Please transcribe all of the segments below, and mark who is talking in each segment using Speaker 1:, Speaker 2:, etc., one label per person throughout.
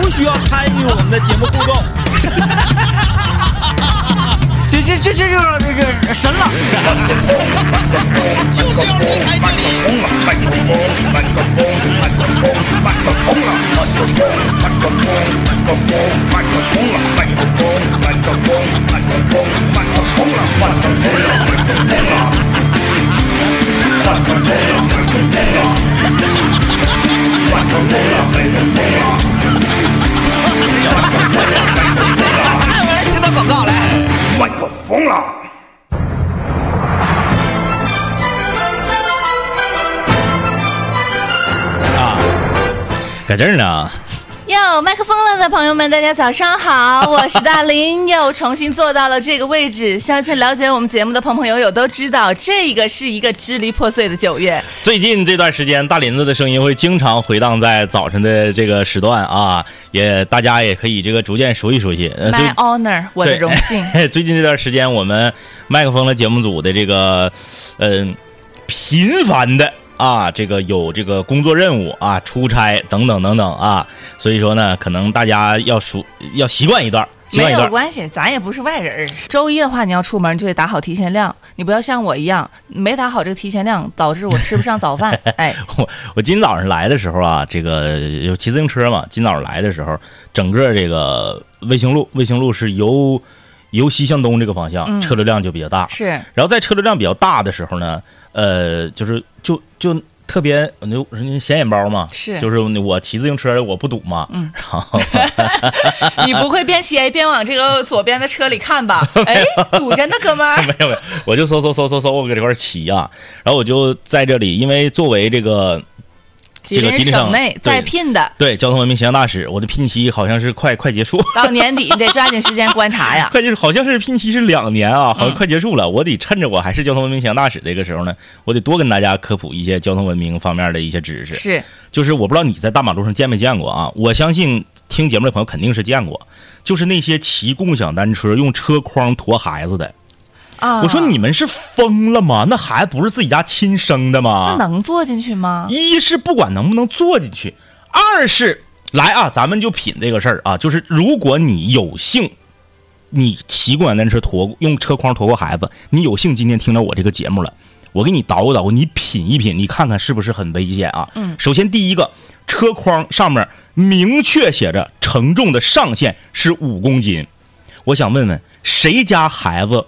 Speaker 1: 不需要参与我们的节目互动。
Speaker 2: 这这这这就是这个神了。
Speaker 1: 就是要离开这里。
Speaker 2: 哎，我来听段广告来。
Speaker 3: 麦克风了。
Speaker 4: 搁这儿呢，
Speaker 5: 哟，麦克风了的朋友们，大家早上好，我是大林， 又重新坐到了这个位置。相信了解我们节目的朋朋友友都知道，这个是一个支离破碎的九月。
Speaker 4: 最近这段时间，大林子的声音会经常回荡在早晨的这个时段啊，也大家也可以这个逐渐熟悉熟悉。呃
Speaker 5: My honor，我的
Speaker 4: 对
Speaker 5: 荣幸。
Speaker 4: 最最近这段时间，我们麦克风的节目组的这个，嗯、频繁的啊，这个有这个工作任务啊、出差等等等等啊，所以说呢，可能大家要熟要习惯一段，习
Speaker 5: 没
Speaker 4: 惯一
Speaker 5: 有
Speaker 4: 段。
Speaker 5: 关系，咱也不是外人儿。周一的话，你要出门就得打好提前量，你不要像我一样没打好这个提前量，导致我吃不上早 饭。哎，
Speaker 4: 我我今早上来的时候啊，这个有骑自行车嘛，今早上来的时候，整个这个卫星路，卫星路是由由西向东这个方向，
Speaker 5: 嗯
Speaker 4: 车流量就比较大。
Speaker 5: 是
Speaker 4: 然后在车流量比较大的时候呢，呃，就是就就特别那那显眼包嘛，
Speaker 5: 是
Speaker 4: 就是我骑自行车我不堵嘛，嗯，然后
Speaker 5: 你不会边骑边往这个左边的车里 看吧？哎，堵着呢，哥们儿。
Speaker 4: 没有没有，我就嗖嗖嗖嗖嗖，我搁这块儿骑啊，然后我就在这里，因为作为这个
Speaker 5: 吉
Speaker 4: 这
Speaker 5: 林
Speaker 4: 个吉林
Speaker 5: 省
Speaker 4: 省
Speaker 5: 内
Speaker 4: 对
Speaker 5: 再聘的，
Speaker 4: 对交通文明形象大使，我的聘期好像是快快结束，
Speaker 5: 到年底你得抓紧时间观察呀。
Speaker 4: 快结束，好像是聘期是两年啊，好
Speaker 5: 嗯
Speaker 4: 像快结束了，我得趁着我还是交通文明形象大使这个时候呢，我得多跟大家科普一些交通文明方面的一些知识。
Speaker 5: 是
Speaker 4: 就是我不知道你在大马路上见没见过啊？我相信听节目的朋友肯定是见过，就是那些骑共享单车用车筐驮孩子的。
Speaker 5: 啊，
Speaker 4: 我说你们是疯了吗？那孩子不是自己家亲生的
Speaker 5: 那
Speaker 4: 吗？
Speaker 5: 能坐进去吗？
Speaker 4: 一是不管能不能坐进去，二是来啊，咱们就品这个事儿啊，就是如果你有幸。你骑共享单车驮用车筐驮过孩子，你有幸今天听到我这个节目了，我给你捣鼓捣鼓，你品一品，你看看是不是很危险啊？嗯，首先第一个，车筐上面明确写着承重的上限是五公斤，我想问问谁家孩子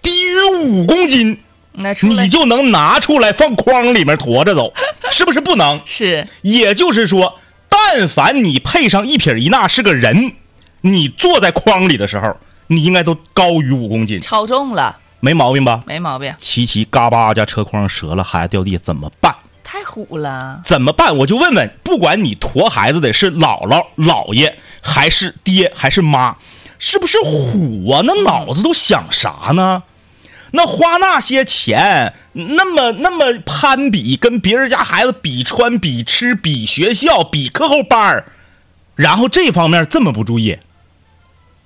Speaker 4: 低于五公斤，
Speaker 5: 那出来
Speaker 4: 你就能拿出来放筐里面驮着 走，是不是不能？
Speaker 5: 是
Speaker 4: 也就是说，但凡你配上一撇一捺是个人，你坐在筐里的时候，你应该都高于五公斤，
Speaker 5: 超重了，
Speaker 4: 没毛病吧？
Speaker 5: 没毛病。
Speaker 4: 琪琪嘎巴家车筐折了，孩子掉地怎么办？
Speaker 5: 太虎了，
Speaker 4: 怎么办？我就问问，不管你驮孩子的是姥姥、姥爷，还是爹，还是妈，是不是虎啊？那脑子都想啥呢？那花那些钱，那么那么攀比，跟别人家孩子比穿、比吃、比学校、比课后班儿，然后这方面这么不注意，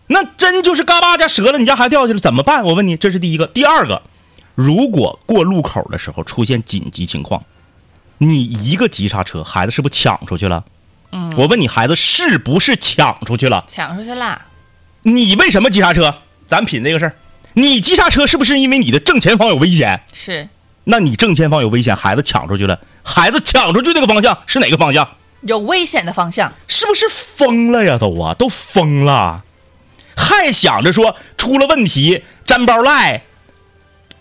Speaker 4: 那真就是嘎巴家折了，你家孩子掉下去了怎么办？我问你，这是第一个。第二个，如果过路口的时候出现紧急情况，你一个急刹车，孩子是不是抢出去了？嗯，我问你，孩子是不是抢出去了？
Speaker 5: 抢出去啦！
Speaker 4: 你为什么急刹车？咱品这个事儿，你急刹车是不是因为你的正前方有危险？
Speaker 5: 是
Speaker 4: 那你正前方有危险，孩子抢出去了，孩子抢出去那个方向是哪个方向？
Speaker 5: 有危险的方向，
Speaker 4: 是不是疯了呀？都啊，都疯了，还想着说出了问题粘包赖，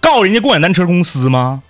Speaker 4: 告人家共享单车公司吗？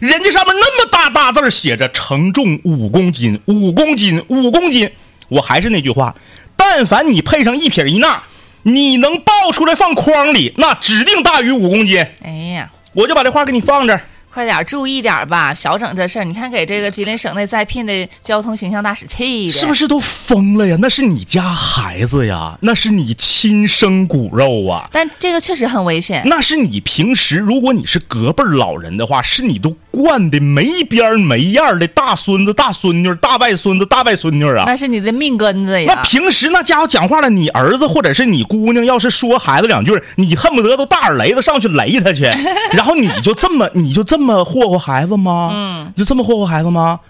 Speaker 4: 人家上面那么大大字儿写着承重五公斤，五公斤，五公斤。我还是那句话，但凡你配上一撇一捺，你能抱出来放筐里，那指定大于五公斤。
Speaker 5: 哎呀。
Speaker 4: 我就把这话给你放这儿。
Speaker 5: 快点儿注意点儿吧，少整这事儿。你看，给这个吉林省内再聘的交通形象大使气的，
Speaker 4: 是不
Speaker 5: 是？
Speaker 4: 是都疯了呀？那是你家孩子呀，那是你亲生骨肉啊。
Speaker 5: 但这个确实很危险。
Speaker 4: 那是你平时，如果你是隔辈儿老人的话，是你都惯的没边儿没样儿的大孙子、大孙女、大外孙子、大外孙女啊。
Speaker 5: 那是你的命根子呀
Speaker 4: 那！平时那家伙讲话了，你儿子或者是你姑娘，要是说孩子两句儿，你恨不得都大耳雷子上去雷他去，然后你就这么你就这么霍霍孩子吗？嗯，就这么霍霍孩子吗？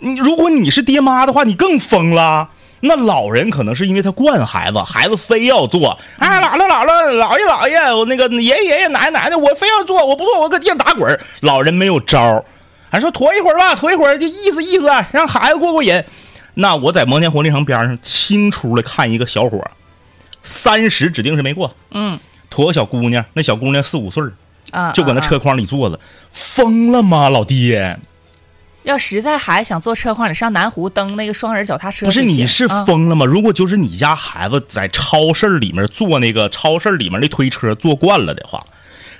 Speaker 4: 你如果你是爹妈的话，你更疯了。那老人可能是因为他惯孩子，孩子非要做，哎，姥姥姥姥，姥爷姥爷，我那个爷爷爷爷奶奶奶奶，我非要做，我不做我搁地上打滚儿。老人没有招儿，还说驮一会儿吧，驮一会儿就意思意思，啊让孩子过过瘾。那我在蒙天活力城边上清出来看一个小伙儿，三十指定是没过，嗯，驮个小姑娘，那小姑娘四五岁儿
Speaker 5: 啊，
Speaker 4: 就搁那
Speaker 5: 啊
Speaker 4: 车
Speaker 5: 啊
Speaker 4: 筐里坐着，疯了吗，老爹？
Speaker 5: 要实在孩子想坐车筐，你上南湖蹬那个双人脚踏车
Speaker 4: 不
Speaker 5: 去
Speaker 4: 是
Speaker 5: 行。
Speaker 4: 你是
Speaker 5: 啊
Speaker 4: 疯了吗？如果就是你家孩子在超市里面坐那个超市里面的推车坐惯了的话，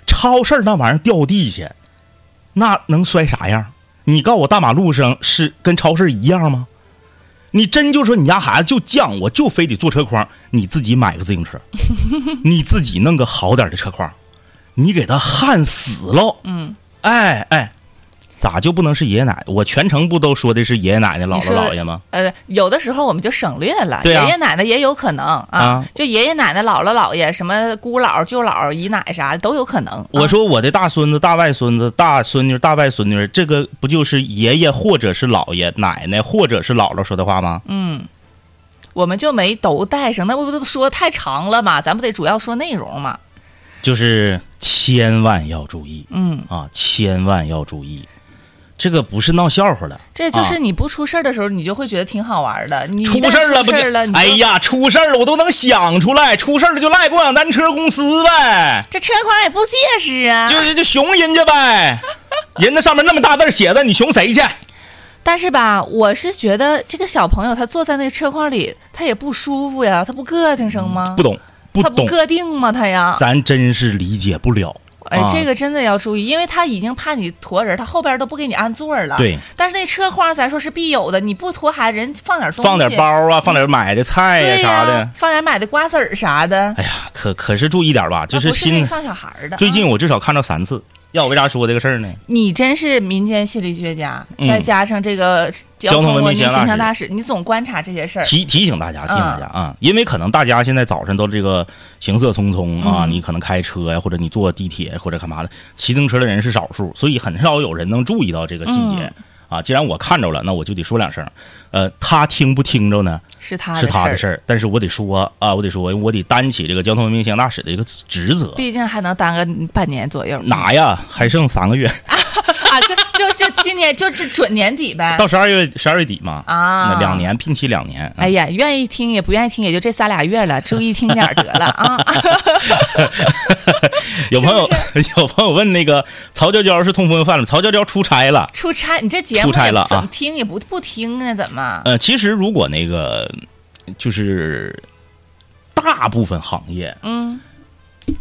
Speaker 4: 超市那玩意儿掉地下，那能摔啥样？你告诉我，大马路上是跟超市一样吗？你真就说你家孩子就犟，我就非得坐车筐，你自己买个自行 车，你自己弄个好点的车筐，你给他焊死喽。嗯，哎哎，咋就不能是爷爷奶奶？我全程不都说的是爷爷奶奶、姥
Speaker 5: 你
Speaker 4: 姥
Speaker 5: 说
Speaker 4: 姥爷吗？
Speaker 5: 呃，有的时候我们就省略了，
Speaker 4: 对啊
Speaker 5: 爷爷奶奶也有可能啊，
Speaker 4: 啊
Speaker 5: 就爷爷奶奶、姥姥姥爷、什么姑姥、舅姥、姨奶啥的都有可能。
Speaker 4: 我
Speaker 5: 啊、
Speaker 4: 说我的大孙子、大外孙子、大孙女、大外孙女，这个不就是爷爷或者是姥爷、奶奶或者是姥姥说的话吗？
Speaker 5: 嗯我们就没都带上，那不都说太长了嘛？咱不得主要说内容嘛？
Speaker 4: 就是千万要注意
Speaker 5: 嗯，
Speaker 4: 啊，千万要注意，这个不是闹笑话的，
Speaker 5: 这就是
Speaker 4: 啊
Speaker 5: 你不出事儿的时候，你就会觉得挺好玩的。你一
Speaker 4: 出
Speaker 5: 旦
Speaker 4: 事儿了
Speaker 5: 出
Speaker 4: 不就
Speaker 5: 事儿了，你就
Speaker 4: 哎，呀，出事儿了我都能想出来，出事儿了就赖共享单车公司呗。
Speaker 5: 这车筐也不结实啊。
Speaker 4: 就是就熊人家呗，人家上面那么大字儿写的，你熊谁去？
Speaker 5: 但是吧，我是觉得这个小朋友他坐在那车筐里，他也不舒服呀，他不咯挺声吗？
Speaker 4: 不懂，不
Speaker 5: 他不
Speaker 4: 懂，
Speaker 5: 咯定吗？他呀，
Speaker 4: 咱真是理解不了。
Speaker 5: 哎
Speaker 4: 啊，
Speaker 5: 这个真的要注意，因为他已经怕你驮人，他后边都不给你安座了。
Speaker 4: 对，
Speaker 5: 但是那车筐咱说是必有的，你不驮孩子，人放点东西，嗯
Speaker 4: 放点包啊，放点买的菜呀、
Speaker 5: 对呀、
Speaker 4: 啥的。
Speaker 5: 放点买的瓜子儿啥的，
Speaker 4: 哎呀，可可是注意点吧，就
Speaker 5: 那不是给
Speaker 4: 新。
Speaker 5: 放小孩儿的。
Speaker 4: 最近
Speaker 5: 啊、
Speaker 4: 我至少看到三次，要我为啥说这个事儿呢？
Speaker 5: 你真是民间心理学家，
Speaker 4: 嗯
Speaker 5: 再加上这个交
Speaker 4: 通文
Speaker 5: 文
Speaker 4: 明
Speaker 5: 形
Speaker 4: 形象
Speaker 5: 象
Speaker 4: 大
Speaker 5: 大使，你总观察这些事儿。
Speaker 4: 提提醒大家，提醒大家
Speaker 5: 嗯
Speaker 4: 啊，因为可能大家现在早晨都这个行色匆匆啊，
Speaker 5: 嗯
Speaker 4: 你可能开车呀，或者你坐地铁或者干嘛的，骑自行车的人是少数，所以很少有人能注意到这个细节。
Speaker 5: 嗯
Speaker 4: 啊，既然我看着了，那我就得说两声。呃，他听不听着呢，
Speaker 5: 是他的
Speaker 4: 是他的
Speaker 5: 啊事
Speaker 4: 事
Speaker 5: 儿，
Speaker 4: 儿，但是我得说啊，我得说，我得担起这个交通文明形象大使的一个职责。
Speaker 5: 毕竟还能当个半年左右。
Speaker 4: 哪呀？还剩三个月，
Speaker 5: 啊？就就就今年就是准年底呗。
Speaker 4: 到十二月十二月底嘛，
Speaker 5: 啊
Speaker 4: 那两年聘期两年。嗯
Speaker 5: 哎呀，愿意听也不愿意听，也就这三俩 月了，注意听点儿得了啊。
Speaker 4: 啊有朋友 有朋友问那个曹娇娇是痛风犯了，曹娇娇出差了。
Speaker 5: 出差，你这节目
Speaker 4: 出差
Speaker 5: 也
Speaker 4: 了啊
Speaker 5: 怎么听也不不听啊？怎么？
Speaker 4: 呃，其实如果那个就是大部分行业
Speaker 5: 嗯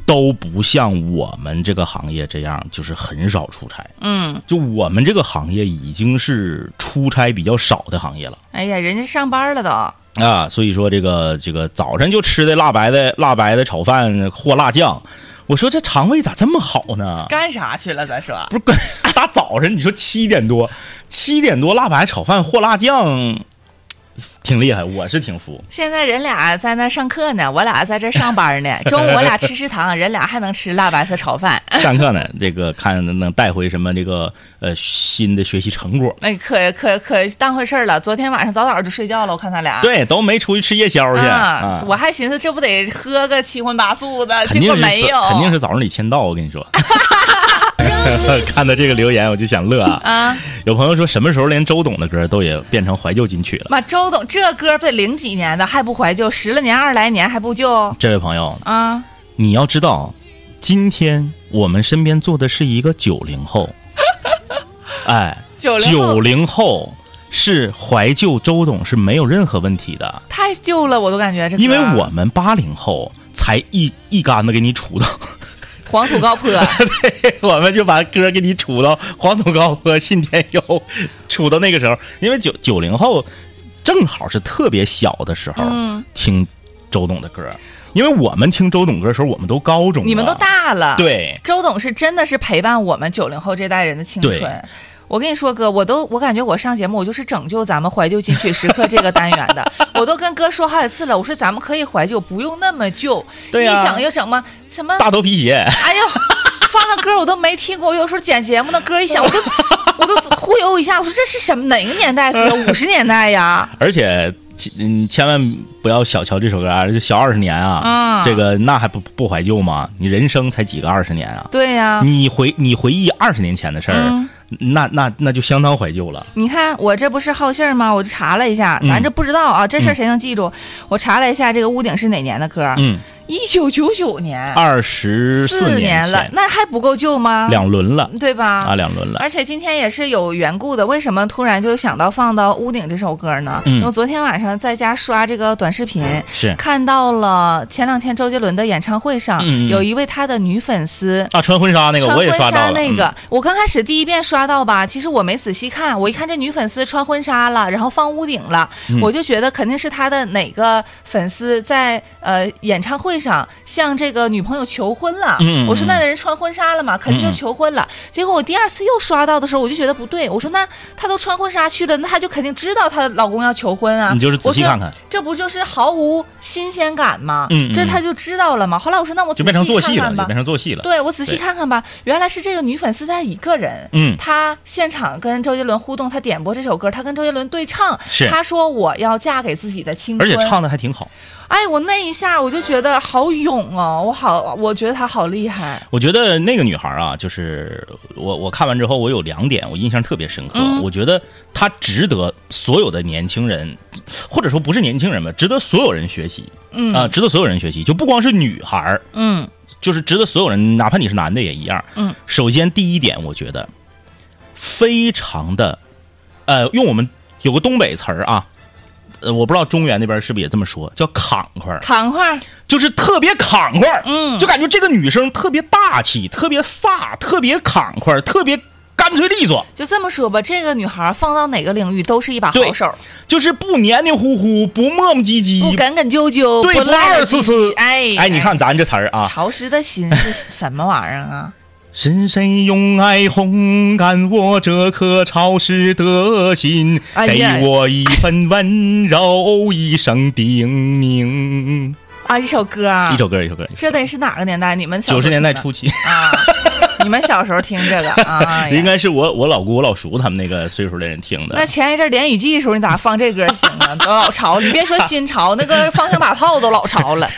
Speaker 4: 都不像我们这个行业这样，就是很少出差。
Speaker 5: 嗯，
Speaker 4: 就我们这个行业已经是出差比较少的行业了。
Speaker 5: 哎呀，人家上班了都，
Speaker 4: 啊，所以说这个这个早晨就吃的辣白的辣白的炒饭或辣酱，我说这肠胃咋这么好呢？
Speaker 5: 干啥去了？咱说，
Speaker 4: 不是，大早晨你说七点多，七点多辣白炒饭或辣酱，挺厉害，我是挺服。
Speaker 5: 现在人俩在那上课呢，我俩在这上 班呢。中午我俩吃食堂，人俩还能吃辣白菜炒饭，
Speaker 4: 上课呢，这个看能不能带回什么这个呃新的学习成果。
Speaker 5: 那哎可可可当回事儿了。昨天晚上早早就睡觉了，我看他俩。
Speaker 4: 对，都没出去吃夜宵去
Speaker 5: 啊，我还寻思这不得喝个七荤八素的，
Speaker 4: 肯
Speaker 5: 结
Speaker 4: 定
Speaker 5: 果
Speaker 4: 是
Speaker 5: 没有，
Speaker 4: 早肯定是早上你签到，我跟你 说。看到这个留言我就想乐啊！
Speaker 5: 啊。
Speaker 4: 有朋友说什么时候连周董的歌都也变成怀旧金曲了？
Speaker 5: 妈，周董这歌不得零几年的还不怀旧，十来年二十来年还不旧
Speaker 4: 这位朋友，
Speaker 5: 啊？
Speaker 4: 你要知道，今天我们身边坐的是一个九零后，哎，
Speaker 5: 九零
Speaker 4: 九零后是怀旧周董是没有任何问题的，
Speaker 5: 太旧了，我都感觉这歌
Speaker 4: 因为我们八零后才一一竿子给你杵到，
Speaker 5: 黄土 高坡，
Speaker 4: 我们就把歌给你杵到黄土高坡信天游，杵到那个时候，因为九九零后正好是特别小的时候、
Speaker 5: 嗯
Speaker 4: 听周董的歌，因为我们听周董歌的时候，我们都高中了，啊
Speaker 5: 你们都大了。，
Speaker 4: 对。
Speaker 5: 周董是真的是陪伴我们九零后这代人的青
Speaker 4: 对
Speaker 5: 春。我跟你说，哥，我都我感觉我上节目，我就是拯救咱们怀旧金曲时刻这个单元 的。我都跟哥说好几次了，我说咱们可以怀旧，不用那么旧。
Speaker 4: 对呀
Speaker 5: 一整就整嘛，什么
Speaker 4: 大头皮鞋，
Speaker 5: 哎呦，放的歌我都没听过，我有时候剪节目那歌一 响，我都 我都忽悠一下，我说这是什么哪个年代歌？五十年代呀？
Speaker 4: 而且千嗯千万不要小瞧这首歌啊，就小二十年啊，
Speaker 5: 嗯
Speaker 4: 这个那还不不怀旧吗？你人生才几个二十年啊？
Speaker 5: 对呀、
Speaker 4: 你回你回忆二十年前的事儿、
Speaker 5: 嗯
Speaker 4: 那那那就相当怀旧了。
Speaker 5: 你看我这不是好信儿吗？我就查了一下，
Speaker 4: 嗯
Speaker 5: 咱这不知道啊，这事儿谁能记住？我查了一下，这个屋顶是哪年的歌？
Speaker 4: 嗯，
Speaker 5: 一九九九年，
Speaker 4: 二十
Speaker 5: 四
Speaker 4: 年
Speaker 5: 了
Speaker 4: 前，
Speaker 5: 那还不够旧吗？
Speaker 4: 两轮了
Speaker 5: 对吧？
Speaker 4: 啊，两轮了。
Speaker 5: 而且今天也是有缘故的，为什么突然就想到放到《屋顶》这首歌呢？
Speaker 4: 嗯
Speaker 5: 因为昨天晚上在家刷这个短视频，
Speaker 4: 是
Speaker 5: 看到了前两天周杰伦的演唱会上，
Speaker 4: 嗯嗯嗯
Speaker 5: 有一位他的女粉丝。
Speaker 4: 啊，穿婚纱那个
Speaker 5: 穿
Speaker 4: 我
Speaker 5: 婚
Speaker 4: 也刷
Speaker 5: 纱
Speaker 4: 到了，嗯
Speaker 5: 那个，我刚开始第一遍刷到吧，其实我没仔细看，我一看这女粉丝穿婚纱了，然后放屋顶了，
Speaker 4: 嗯
Speaker 5: 我就觉得肯定是他的哪个粉丝在呃演唱会上向这个女朋友求婚了。
Speaker 4: 嗯嗯嗯
Speaker 5: 我说那人穿婚纱了嘛，肯定就
Speaker 4: 嗯嗯
Speaker 5: 求婚了。结果我第二次又刷到的时候，我就觉得不对，我说那她都穿婚纱去了，那她就肯定知道她老公要求婚啊。
Speaker 4: 嗯你就是仔细
Speaker 5: 我说
Speaker 4: 看看，
Speaker 5: 这不就是毫无新鲜感吗？
Speaker 4: 嗯嗯嗯
Speaker 5: 这她就知道了嘛。后来我说那我
Speaker 4: 就
Speaker 5: 仔细
Speaker 4: 变成做戏了，
Speaker 5: 看看
Speaker 4: 就
Speaker 5: 吧
Speaker 4: 变。成做戏了。
Speaker 5: 对我仔细
Speaker 4: 对
Speaker 5: 看看吧，原来是这个女粉丝她一个人。
Speaker 4: 嗯，
Speaker 5: 她现场跟周杰伦互动，她点播这首歌，她跟周杰伦对唱
Speaker 4: 是，
Speaker 5: 她说我要嫁给自己的青
Speaker 4: 而
Speaker 5: 春。
Speaker 4: 且唱的还挺好。
Speaker 5: 哎，我那一下我就觉得好勇哦，我好，我觉得她好厉害。
Speaker 4: 我觉得那个女孩啊，就是我我看完之后，我有两点我印象特别深刻。
Speaker 5: 嗯
Speaker 4: 我觉得她值得所有的年轻人，或者说不是年轻人吧，值得所有人学习。
Speaker 5: 嗯
Speaker 4: 啊、值得所有人学习，就不光是女孩儿，
Speaker 5: 嗯
Speaker 4: 就是值得所有人，哪怕你是男的也一样。
Speaker 5: 嗯，
Speaker 4: 首先第一点，我觉得非常的，呃，用我们有个东北词儿啊，呃，我不知道中原那边是不是也这么说，叫扛块儿，
Speaker 5: 扛块儿，
Speaker 4: 就是特别扛块儿。
Speaker 5: 嗯
Speaker 4: 就感觉这个女生特别大气，特别飒，特别扛块儿，特别干脆利索，
Speaker 5: 就这么说吧，这个女孩儿放到哪个领域都是一把
Speaker 4: 对
Speaker 5: 好手，
Speaker 4: 就是不黏黏糊糊，不磨磨唧
Speaker 5: 不
Speaker 4: 唧，
Speaker 5: 耿耿啾啾，
Speaker 4: 对，不
Speaker 5: 赖
Speaker 4: 二
Speaker 5: 了唧
Speaker 4: 呲
Speaker 5: 唧
Speaker 4: 呲。
Speaker 5: 哎
Speaker 4: 哎，你，看咱这词儿啊，
Speaker 5: 潮湿的心是什么玩意儿啊？
Speaker 4: 深深用爱烘干我这颗潮湿的心，
Speaker 5: 哎
Speaker 4: 给
Speaker 5: 呀
Speaker 4: 我一份温柔，一声叮咛。
Speaker 5: 啊，一首歌啊，
Speaker 4: 一首歌，一首歌，
Speaker 5: 这得是哪个年代？你们小时候
Speaker 4: 九十年代初
Speaker 5: 听
Speaker 4: 期，
Speaker 5: 的啊，你们小时候听这个啊？
Speaker 4: 应
Speaker 5: 哎呀
Speaker 4: 该是我我老姑、我老叔他们那个岁数的人听
Speaker 5: 那
Speaker 4: 的。
Speaker 5: 前一阵儿连雨季的时候，你咋放这歌听啊？都老潮，你别说新潮，那个方向把套都老 潮了，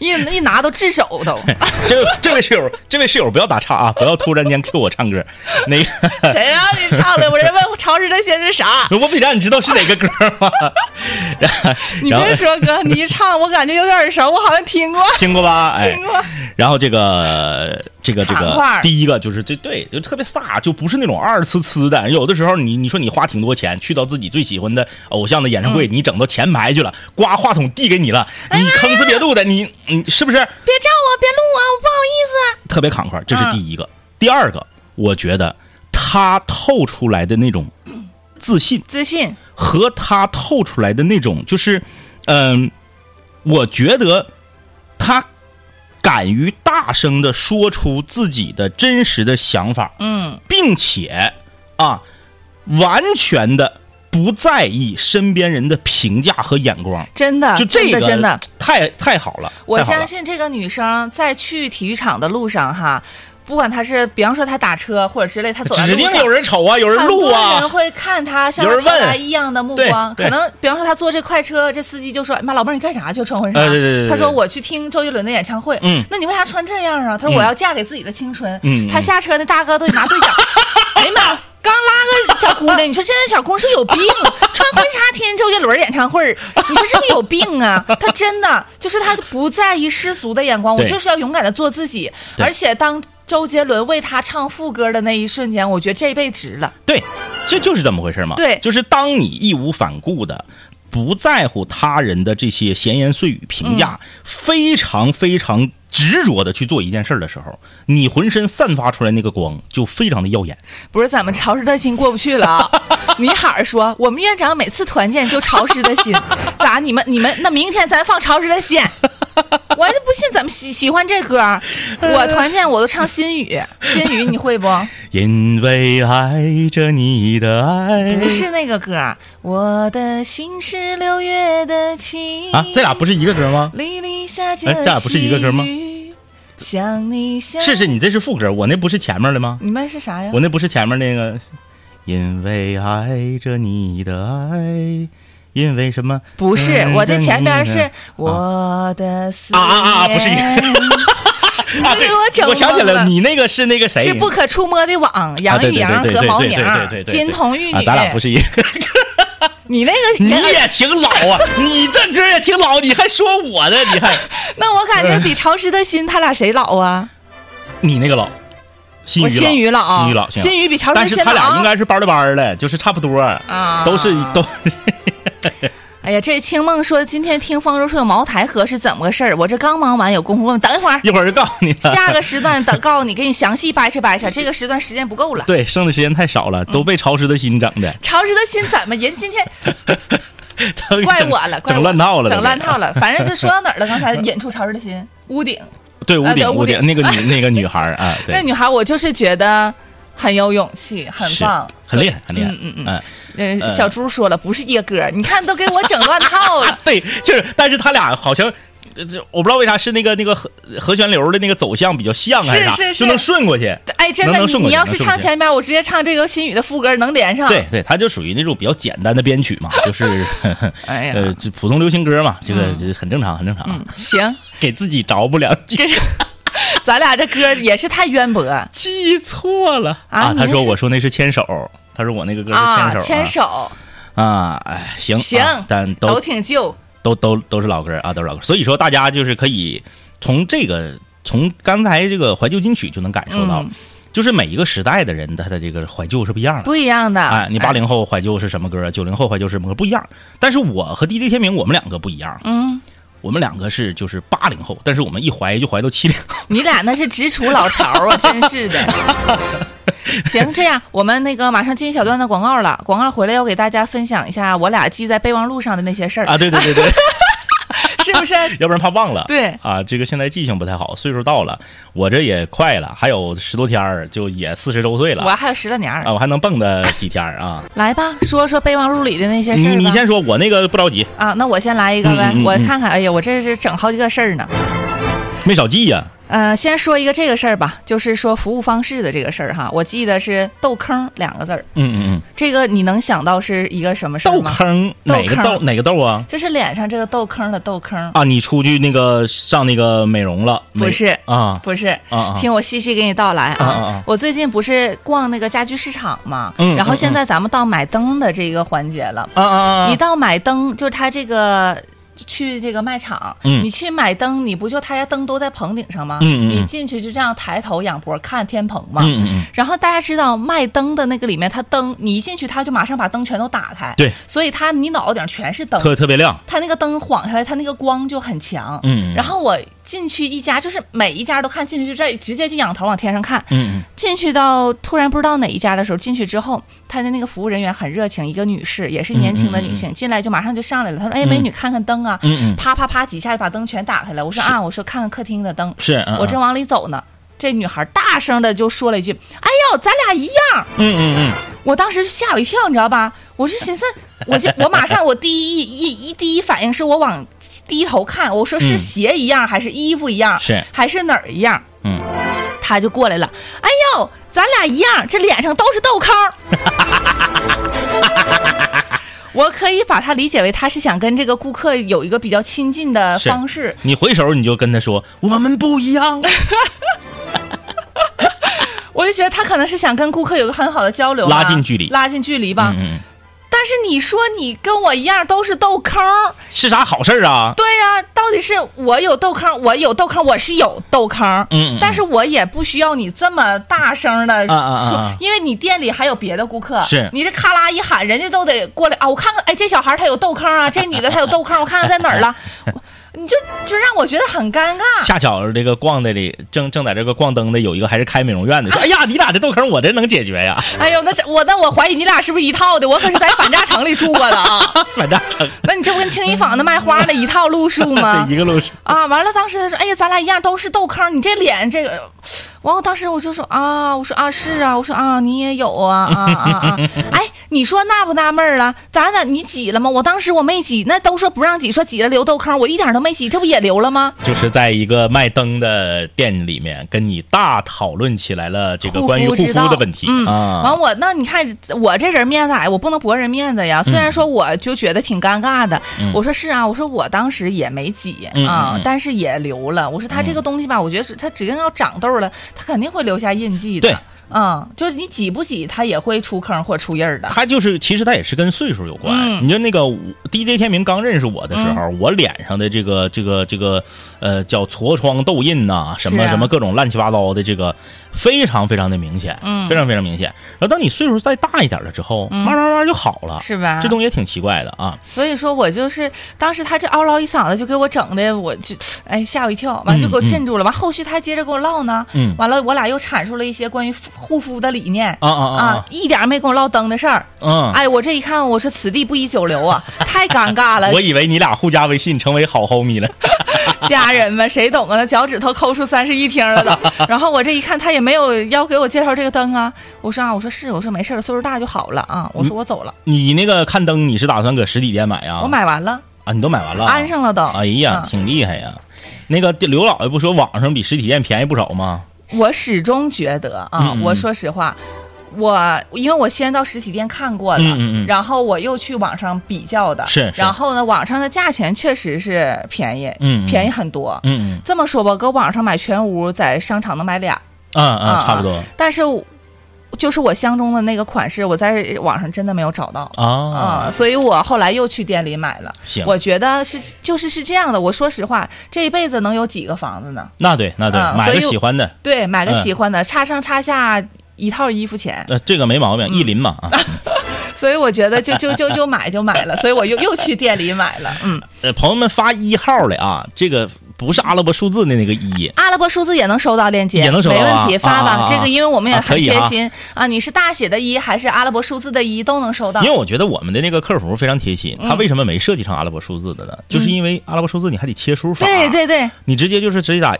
Speaker 5: 一一拿都炙手都。
Speaker 4: 这位这位室友，这位室友不要打岔啊，不要突然间 Q 我唱歌。那个，
Speaker 5: 谁让你唱的？我这问潮湿的心是啥？
Speaker 4: 我得让你知道是哪个歌吗？然后
Speaker 5: 你
Speaker 4: 然后
Speaker 5: 别说哥，你一唱我感觉有点耳熟，我好像听过。
Speaker 4: 听过吧？哎
Speaker 5: 听过，
Speaker 4: 然后这个这个这
Speaker 5: 糖
Speaker 4: 个
Speaker 5: 块儿
Speaker 4: 第一个就是这对，就特别飒，就不是那种二呲呲的。有的时候你你说你花挺多钱去到自己最喜欢的偶像的演唱
Speaker 5: 嗯
Speaker 4: 会，你整到前排去了，呱话筒递给你了，
Speaker 5: 哎
Speaker 4: 你吭哧瘪肚的，你你是不是
Speaker 5: 别照我，别录我，我不好意思。
Speaker 4: 特别扛块儿？这是
Speaker 5: 嗯
Speaker 4: 第一个。第二个，我觉得他透出来的那种自信。
Speaker 5: 自信，
Speaker 4: 和他透出来的那种，就是，嗯、我觉得他敢于大声的说出自己的真实的想法，
Speaker 5: 嗯，
Speaker 4: 并且啊，完全的不在意身边人的评价和眼光，
Speaker 5: 真的，
Speaker 4: 就这
Speaker 5: 真
Speaker 4: 个
Speaker 5: 的真的，
Speaker 4: 太太好了，
Speaker 5: 我
Speaker 4: 太好了
Speaker 5: 相。信这个女生在去体育场的路上哈，不管她是比方说她打车或者之类，她走在
Speaker 4: 指
Speaker 5: 路
Speaker 4: 定
Speaker 5: 上
Speaker 4: 有。人瞅啊，有人
Speaker 5: 很
Speaker 4: 录
Speaker 5: 多人
Speaker 4: 啊，
Speaker 5: 会看她像
Speaker 4: 有人
Speaker 5: 她
Speaker 4: 问
Speaker 5: 投来一样的目光，
Speaker 4: 对
Speaker 5: 可能比方说她坐这快车，这司机就说：“哎妈，老妹儿你干啥去穿婚纱？”
Speaker 4: 哎对对对对
Speaker 5: 她说：“我去听周杰伦的演唱会。”
Speaker 4: 嗯
Speaker 5: 那你为啥穿这样啊？她说：“我要嫁给自己的青春。”
Speaker 4: 嗯嗯
Speaker 5: 她下车那大哥都得 拿对讲，哎呀妈，刚拉个小姑娘，你说现在小姑娘是不是有病，啊 穿婚纱听周杰伦演唱会儿，你说是不是有病啊？她真的就是她不在意世俗的眼光，我
Speaker 4: 对
Speaker 5: 就是要勇敢的做自己，
Speaker 4: 对
Speaker 5: 而且当。周杰伦为她唱副歌的那一瞬间，我觉得这辈子值了。
Speaker 4: 对，这就是这么回事嘛。
Speaker 5: 对
Speaker 4: 就是当你义无反顾的。不在乎他人的这些闲言碎语评价，
Speaker 5: 嗯
Speaker 4: 非常非常执着的去做一件事儿的时候，你浑身散发出来那个光就非常的耀眼。
Speaker 5: 不
Speaker 4: 嗯
Speaker 5: 是咱们潮湿的心过不去 了啊！你喊儿说，我们院长每次团建就潮湿的 心，咋你们你们那明天咱放潮湿的心，我就不信怎么喜喜欢这歌儿。
Speaker 4: 哎
Speaker 5: 我团建我都唱新语，新语你会不？
Speaker 4: 因为爱着你的爱，
Speaker 5: 不是那个歌儿，我的心是六月的晴
Speaker 4: 啊，这俩不是一个歌吗？
Speaker 5: 沥沥下着
Speaker 4: 哎这俩不是一个歌吗
Speaker 5: 细雨？想你想
Speaker 4: 是是，你这是副歌，我那不是前面的吗？
Speaker 5: 你们是啥呀
Speaker 4: 我？那不是前面那个，因为爱着你的爱，因为什么？
Speaker 5: 不是，
Speaker 4: 嗯
Speaker 5: 我这前边
Speaker 4: 嗯
Speaker 5: 是我的思
Speaker 4: 啊啊啊不是 一个
Speaker 5: 念
Speaker 4: 啊，
Speaker 5: 被
Speaker 4: 对
Speaker 5: 哎我，整
Speaker 4: 我想起来
Speaker 5: 懵
Speaker 4: 了，
Speaker 5: 了
Speaker 4: 你那个是那个谁？
Speaker 5: 是不可触摸的网，
Speaker 4: 啊
Speaker 5: 杨
Speaker 4: 对
Speaker 5: 钰
Speaker 4: 对
Speaker 5: 莹
Speaker 4: 对对
Speaker 5: 和
Speaker 4: 对
Speaker 5: 毛
Speaker 4: 对
Speaker 5: 宁
Speaker 4: 对对对，对
Speaker 5: 金童玉
Speaker 4: 啊
Speaker 5: 女。
Speaker 4: 咱俩不 是一个。
Speaker 5: 你那个
Speaker 4: 你也挺老 啊，你这歌也挺老，你还说我呢？你还
Speaker 5: 那我感觉
Speaker 4: 嗯
Speaker 5: 比潮湿的心，他俩谁老啊？
Speaker 4: 你那个老，新
Speaker 5: 我
Speaker 4: 宇老，
Speaker 5: 新宇老，
Speaker 4: 新宇老，
Speaker 5: 新宇比潮湿
Speaker 4: 但
Speaker 5: 的
Speaker 4: 是
Speaker 5: 心
Speaker 4: 他俩
Speaker 5: 老
Speaker 4: 应该是班对班的，就是差不多，
Speaker 5: 啊
Speaker 4: 都是都。
Speaker 5: 哎呀，这清梦说今天听风柔说有茅台喝是怎么个事儿？我这刚忙完，有功夫问，等一会 儿
Speaker 4: 一会儿就告诉你了。
Speaker 5: 下个时段等告诉你，给你详细掰扯掰扯。这个时段时间不够了，
Speaker 4: 对，剩的时间太少
Speaker 5: 嗯
Speaker 4: 了，都被潮湿的心整的，
Speaker 5: 潮湿的心怎么人今天
Speaker 4: 都 给
Speaker 5: 怪
Speaker 4: 整
Speaker 5: 我了，怪我
Speaker 4: 整乱套了，
Speaker 5: 整乱
Speaker 4: 都
Speaker 5: 套了。反正就说到哪儿了？刚才引出潮湿的心，屋顶
Speaker 4: 给。 对，
Speaker 5: 啊
Speaker 4: 屋
Speaker 5: 对
Speaker 4: 顶
Speaker 5: 屋
Speaker 4: 屋顶
Speaker 5: 顶
Speaker 4: 那个女那个女孩儿啊，
Speaker 5: 那
Speaker 4: 对，
Speaker 5: 女孩，我就是觉得很有勇气，很
Speaker 4: 是
Speaker 5: 棒，
Speaker 4: 很厉害，很厉害，
Speaker 5: 嗯嗯嗯
Speaker 4: 嗯。
Speaker 5: 嗯，
Speaker 4: 呃
Speaker 5: 小猪说了，不是一个歌儿，你看都给我整乱套了
Speaker 4: 啊，对，就是，但是他俩好像。这这我不知道为啥是那个那个和和弦流的那个走向比较像还啥，
Speaker 5: 是是是
Speaker 4: 就能顺过去。
Speaker 5: 哎，真
Speaker 4: 能
Speaker 5: 的，
Speaker 4: 能
Speaker 5: 你
Speaker 4: 顺过
Speaker 5: 你
Speaker 4: 去
Speaker 5: 要
Speaker 4: 能
Speaker 5: 是
Speaker 4: 顺过
Speaker 5: 唱
Speaker 4: 去
Speaker 5: 前面，我直接唱这个心语的副歌，能连上。
Speaker 4: 对，对，他就属于那种比较简单的编曲嘛，就是
Speaker 5: 哎呀，
Speaker 4: 呃就普通流行歌嘛，这个这很正常，很正常啊。
Speaker 5: 嗯，行，
Speaker 4: 给自己着补两句，
Speaker 5: 这是咱俩这歌也是太渊博啊！
Speaker 4: 记错了
Speaker 5: 啊你
Speaker 4: 他
Speaker 5: 那
Speaker 4: 说
Speaker 5: 是
Speaker 4: 我说那是牵手，他说我那个歌是牵手啊，
Speaker 5: 牵手
Speaker 4: 啊，哎行
Speaker 5: 行
Speaker 4: 啊但
Speaker 5: 都
Speaker 4: 都
Speaker 5: 挺旧，
Speaker 4: 都都都是老歌啊，都是老歌。所以说大家就是可以从这个从刚才这个怀旧金曲就能感受到，
Speaker 5: 嗯
Speaker 4: 就是每一个时代的人他的这个怀旧是不一样的。
Speaker 5: 不一样的。
Speaker 4: 哎，你八零后怀旧是什么歌？九零后怀旧是什么歌？不一样。但是我和 DJ 天明，我们两个不一样。
Speaker 5: 嗯，
Speaker 4: 我们两个是就是八零后，但是我们一怀就怀到 七零后。
Speaker 5: 你俩那是直杵老巢啊，真是的。行，这样我们那个马上进一小段的广告了，广告回来要给大家分享一下我俩记在备忘录上的那些事儿，
Speaker 4: 啊，对对对 对，
Speaker 5: 是不是？
Speaker 4: 要不然怕忘了。
Speaker 5: 对
Speaker 4: 啊，这个现在记性不太好，岁数到了，我这也快了，还有十多天儿就也四十周岁
Speaker 5: 我
Speaker 4: 了
Speaker 5: 还有十来年儿
Speaker 4: 啊，，我还能蹦跶几天儿 啊。
Speaker 5: 来吧，说说备忘录里的那些事儿
Speaker 4: 你你
Speaker 5: 吧。
Speaker 4: 先说，我那个不着急，
Speaker 5: 啊，那我先来一个呗，
Speaker 4: 嗯嗯嗯
Speaker 5: 我看看。哎呀，我这是整好几个事儿呢。
Speaker 4: 没少记呀、
Speaker 5: 呃，先说一个这个事儿吧，就是说服务方式的这个事儿哈。我记得是“豆坑”两个字儿，
Speaker 4: 嗯嗯嗯，
Speaker 5: 这个你能想到是一个什么事儿
Speaker 4: 豆
Speaker 5: 吗？
Speaker 4: 坑哪个
Speaker 5: 豆
Speaker 4: 豆
Speaker 5: 坑
Speaker 4: 哪个豆啊？
Speaker 5: 就是脸上这个豆坑的豆坑，
Speaker 4: 啊，你出去那个上那个美容了？美
Speaker 5: 不是
Speaker 4: 啊
Speaker 5: 不是。
Speaker 4: 啊啊！
Speaker 5: 听我细细给你道来
Speaker 4: 啊啊啊
Speaker 5: 我最近不是逛那个家居市场嘛，
Speaker 4: 嗯
Speaker 5: 然后
Speaker 4: 嗯
Speaker 5: 现在咱们到买灯的这个环节了。
Speaker 4: 啊啊啊！
Speaker 5: 你到买灯，就是他这个去这个卖场，
Speaker 4: 嗯
Speaker 5: 你去买灯，你不就他家灯都在棚顶上吗？
Speaker 4: 嗯嗯嗯
Speaker 5: 你进去就这样抬头仰脖看天棚嘛。
Speaker 4: 嗯嗯嗯，
Speaker 5: 然后大家知道卖灯的那个里面，它灯你一进去，它就马上把灯全都打开，
Speaker 4: 对，
Speaker 5: 所以它你脑袋顶全是灯，
Speaker 4: 特特别亮。
Speaker 5: 它那个灯晃下来，它那个光就很强。
Speaker 4: 嗯嗯
Speaker 5: 然后我进去一家，就是每一家都看进去，就这直接就仰头往天上看。
Speaker 4: 嗯嗯
Speaker 5: 进去到突然不知道哪一家的时候，进去之后，他的那个服务人员很热情，一个女士，也是年轻的女性，进来就马上就上来了。她说：“哎，美女，看看灯啊！”
Speaker 4: 嗯嗯，
Speaker 5: 啪啪啪几下就把灯全打开了。我说：“啊，我说看看客厅的灯。
Speaker 4: 是。”嗯
Speaker 5: 我正往里走呢，这女孩大声的就说了一句：“哎呦，咱俩一样
Speaker 4: 嗯嗯！”
Speaker 5: 我当时就吓我一跳，你知道吧？我是寻思，我就我马上我第一一一第一反应是我往低头看，我说是
Speaker 4: 嗯
Speaker 5: 鞋一样，还是衣服一样，
Speaker 4: 是
Speaker 5: 还是哪儿一样？
Speaker 4: 嗯嗯，
Speaker 5: 他就过来了，哎呦，咱俩一样，这脸上都是痘坑儿。 我可以把它理解为他是想跟这个顾客有一个比较亲近的
Speaker 4: 是
Speaker 5: 方式。
Speaker 4: 你回手你就跟他说我们不一样。
Speaker 5: 我就觉得他可能是想跟顾客有个很好的交流吧，
Speaker 4: 拉近距离
Speaker 5: 拉近距离吧。
Speaker 4: 嗯嗯，
Speaker 5: 但是你说你跟我一样都是痘坑儿，
Speaker 4: 是啥好事儿啊？
Speaker 5: 对呀、到底是我有痘坑儿，我有痘坑儿，我是有痘坑儿，
Speaker 4: 嗯嗯嗯
Speaker 5: 但是我也不需要你这么大声的说，
Speaker 4: 啊啊啊啊
Speaker 5: 因为你店里还有别的顾客，
Speaker 4: 是
Speaker 5: 你这咔啦一喊，人家都得过来啊，我看看，哎，这小孩儿他有痘坑儿啊，这女的她有痘坑儿，我看看在哪儿了， 我你就就让我觉得很 尴尬。
Speaker 4: 恰巧这个逛的里正正在这个逛灯的有一个还是开美容院的，
Speaker 5: 啊
Speaker 4: 说哎呀，你俩这豆坑我这能解决呀？
Speaker 5: 哎呦，那这我那我怀疑你俩是不是一套的？我可是在反诈城里住过的啊，
Speaker 4: 反正成
Speaker 5: 那你这不跟青衣坊那卖花的一套路数 吗
Speaker 4: 这？一个路数。
Speaker 5: 啊啊，完了，当时他说：“哎呀，咱俩一样都是痘坑儿，你这脸这个，完，我当时我就说啊，我说啊是啊，我说啊你也有啊啊啊啊！哎，你说纳不纳闷儿了？咱俩你挤了吗？我当时我没挤，那都说不让挤，说挤了留豆坑，我一点都没挤，这不也留了吗？
Speaker 4: 就是在一个卖灯的店里面，跟你大讨论起来了这个
Speaker 5: 护
Speaker 4: 关于
Speaker 5: 肤
Speaker 4: 护
Speaker 5: 之
Speaker 4: 肤
Speaker 5: 道
Speaker 4: 的问题
Speaker 5: 嗯，
Speaker 4: 啊。
Speaker 5: 完我那你看我这人面子矮，我不能驳人面子呀。
Speaker 4: 嗯
Speaker 5: 虽然说我就觉得挺尴尬的，我说是啊，我说我当时也没挤
Speaker 4: 嗯
Speaker 5: 啊、
Speaker 4: 嗯嗯嗯
Speaker 5: 但是也留了。我说他这个东西吧，我觉得是他指定要长痘了，他肯定会留下印记的。
Speaker 4: 对，
Speaker 5: 嗯，就是你挤不挤，它也会出坑或者出印儿的。
Speaker 4: 他就是，其实他也是跟岁数有关。
Speaker 5: 嗯
Speaker 4: 你就那个我 DJ 天明刚认识我的时候，我脸上的这个这个这个呃叫痤疮痘印呐、什么、
Speaker 5: 是啊
Speaker 4: 什么各种乱七八糟的，这个非常非常的明显，
Speaker 5: 嗯
Speaker 4: 非常非常明显。然后当你岁数再大一点了之后，
Speaker 5: 嗯
Speaker 4: 慢慢慢慢就好了，
Speaker 5: 是啊吧？
Speaker 4: 这东西也挺奇怪的啊。
Speaker 5: 所以说我就是当时他这嗷唠一嗓子，就给我整的，我就哎吓我一跳，完就给我镇住了。完后续他接着跟我唠呢，
Speaker 4: 嗯
Speaker 5: 完了我俩又阐述了一些关于护肤的理念。
Speaker 4: 啊啊
Speaker 5: 啊
Speaker 4: 啊，
Speaker 5: 一点儿没跟我唠灯的事儿。
Speaker 4: 嗯，
Speaker 5: 哎，我这一看，我说此地不宜久留啊， 太尴尬了。
Speaker 4: 我以为你俩互加微信成为好 homie 了。
Speaker 5: 家人们谁懂啊？那脚趾头抠出三室一厅 了都。然后我这一看，他也没有要给我介绍这个灯啊。我说啊，我说是，我说没事儿，岁数大就好了
Speaker 4: 嗯
Speaker 5: 啊。我说我走了，
Speaker 4: 你那个看灯，你是打算搁实体店买呀？
Speaker 5: 我买完了，
Speaker 4: 啊，你都买完了，
Speaker 5: 安。上了都。
Speaker 4: 哎呀，
Speaker 5: 嗯
Speaker 4: 挺厉害呀！那个刘老爷不说网上比实体店便宜不少吗？
Speaker 5: 我始终觉得啊，
Speaker 4: 嗯嗯嗯
Speaker 5: 我说实话，我因为我先到实体店看过了，
Speaker 4: 嗯嗯嗯
Speaker 5: 呃然后我又去网上比较的，
Speaker 4: 是是
Speaker 5: 然后呢，网上的价钱确实是便宜，
Speaker 4: 嗯嗯
Speaker 5: 便宜很多。
Speaker 4: 嗯
Speaker 5: 这么说吧，搁网上买全屋，在商场能买俩，
Speaker 4: 嗯啊啊，
Speaker 5: 啊
Speaker 4: 差不多
Speaker 5: 但是我就是我相中的那个款式，我在网上真的没有找到。啊、
Speaker 4: 啊。
Speaker 5: 所以我后来又去店里买了。
Speaker 4: 行
Speaker 5: 我觉得是就是是这样的。我说实话，这一辈子能有几个房子呢？
Speaker 4: 那对那对，
Speaker 5: 嗯
Speaker 4: 买
Speaker 5: 所
Speaker 4: 个
Speaker 5: 以
Speaker 4: 喜欢的，
Speaker 5: 对，买个
Speaker 4: 嗯
Speaker 5: 喜欢的，差上差下一套衣服钱，
Speaker 4: 呃，这个没毛病，
Speaker 5: 嗯
Speaker 4: 意林嘛啊。
Speaker 5: 所以我觉得就就就就买就 买了，所以我又又去店里买了。嗯，
Speaker 4: 呃，朋友们发一号来啊，这个不是阿拉伯数字的那个 一，
Speaker 5: 阿拉伯数字也能收到链接，
Speaker 4: 也能收到啊
Speaker 5: 没问题，发吧。
Speaker 4: 啊啊啊
Speaker 5: 这个因为我们也
Speaker 4: 啊可
Speaker 5: 很
Speaker 4: 以
Speaker 5: 贴
Speaker 4: 啊
Speaker 5: 心啊你是大写的一还是阿拉伯数字的一都能收到
Speaker 4: 因。为我觉得我们的那个客服非常贴心，他
Speaker 5: 嗯
Speaker 4: 为什么没设计成阿拉伯数字的呢？就是因为阿拉伯数字你还得切书法，啊
Speaker 5: 对对对，
Speaker 4: 你直接就是直接打，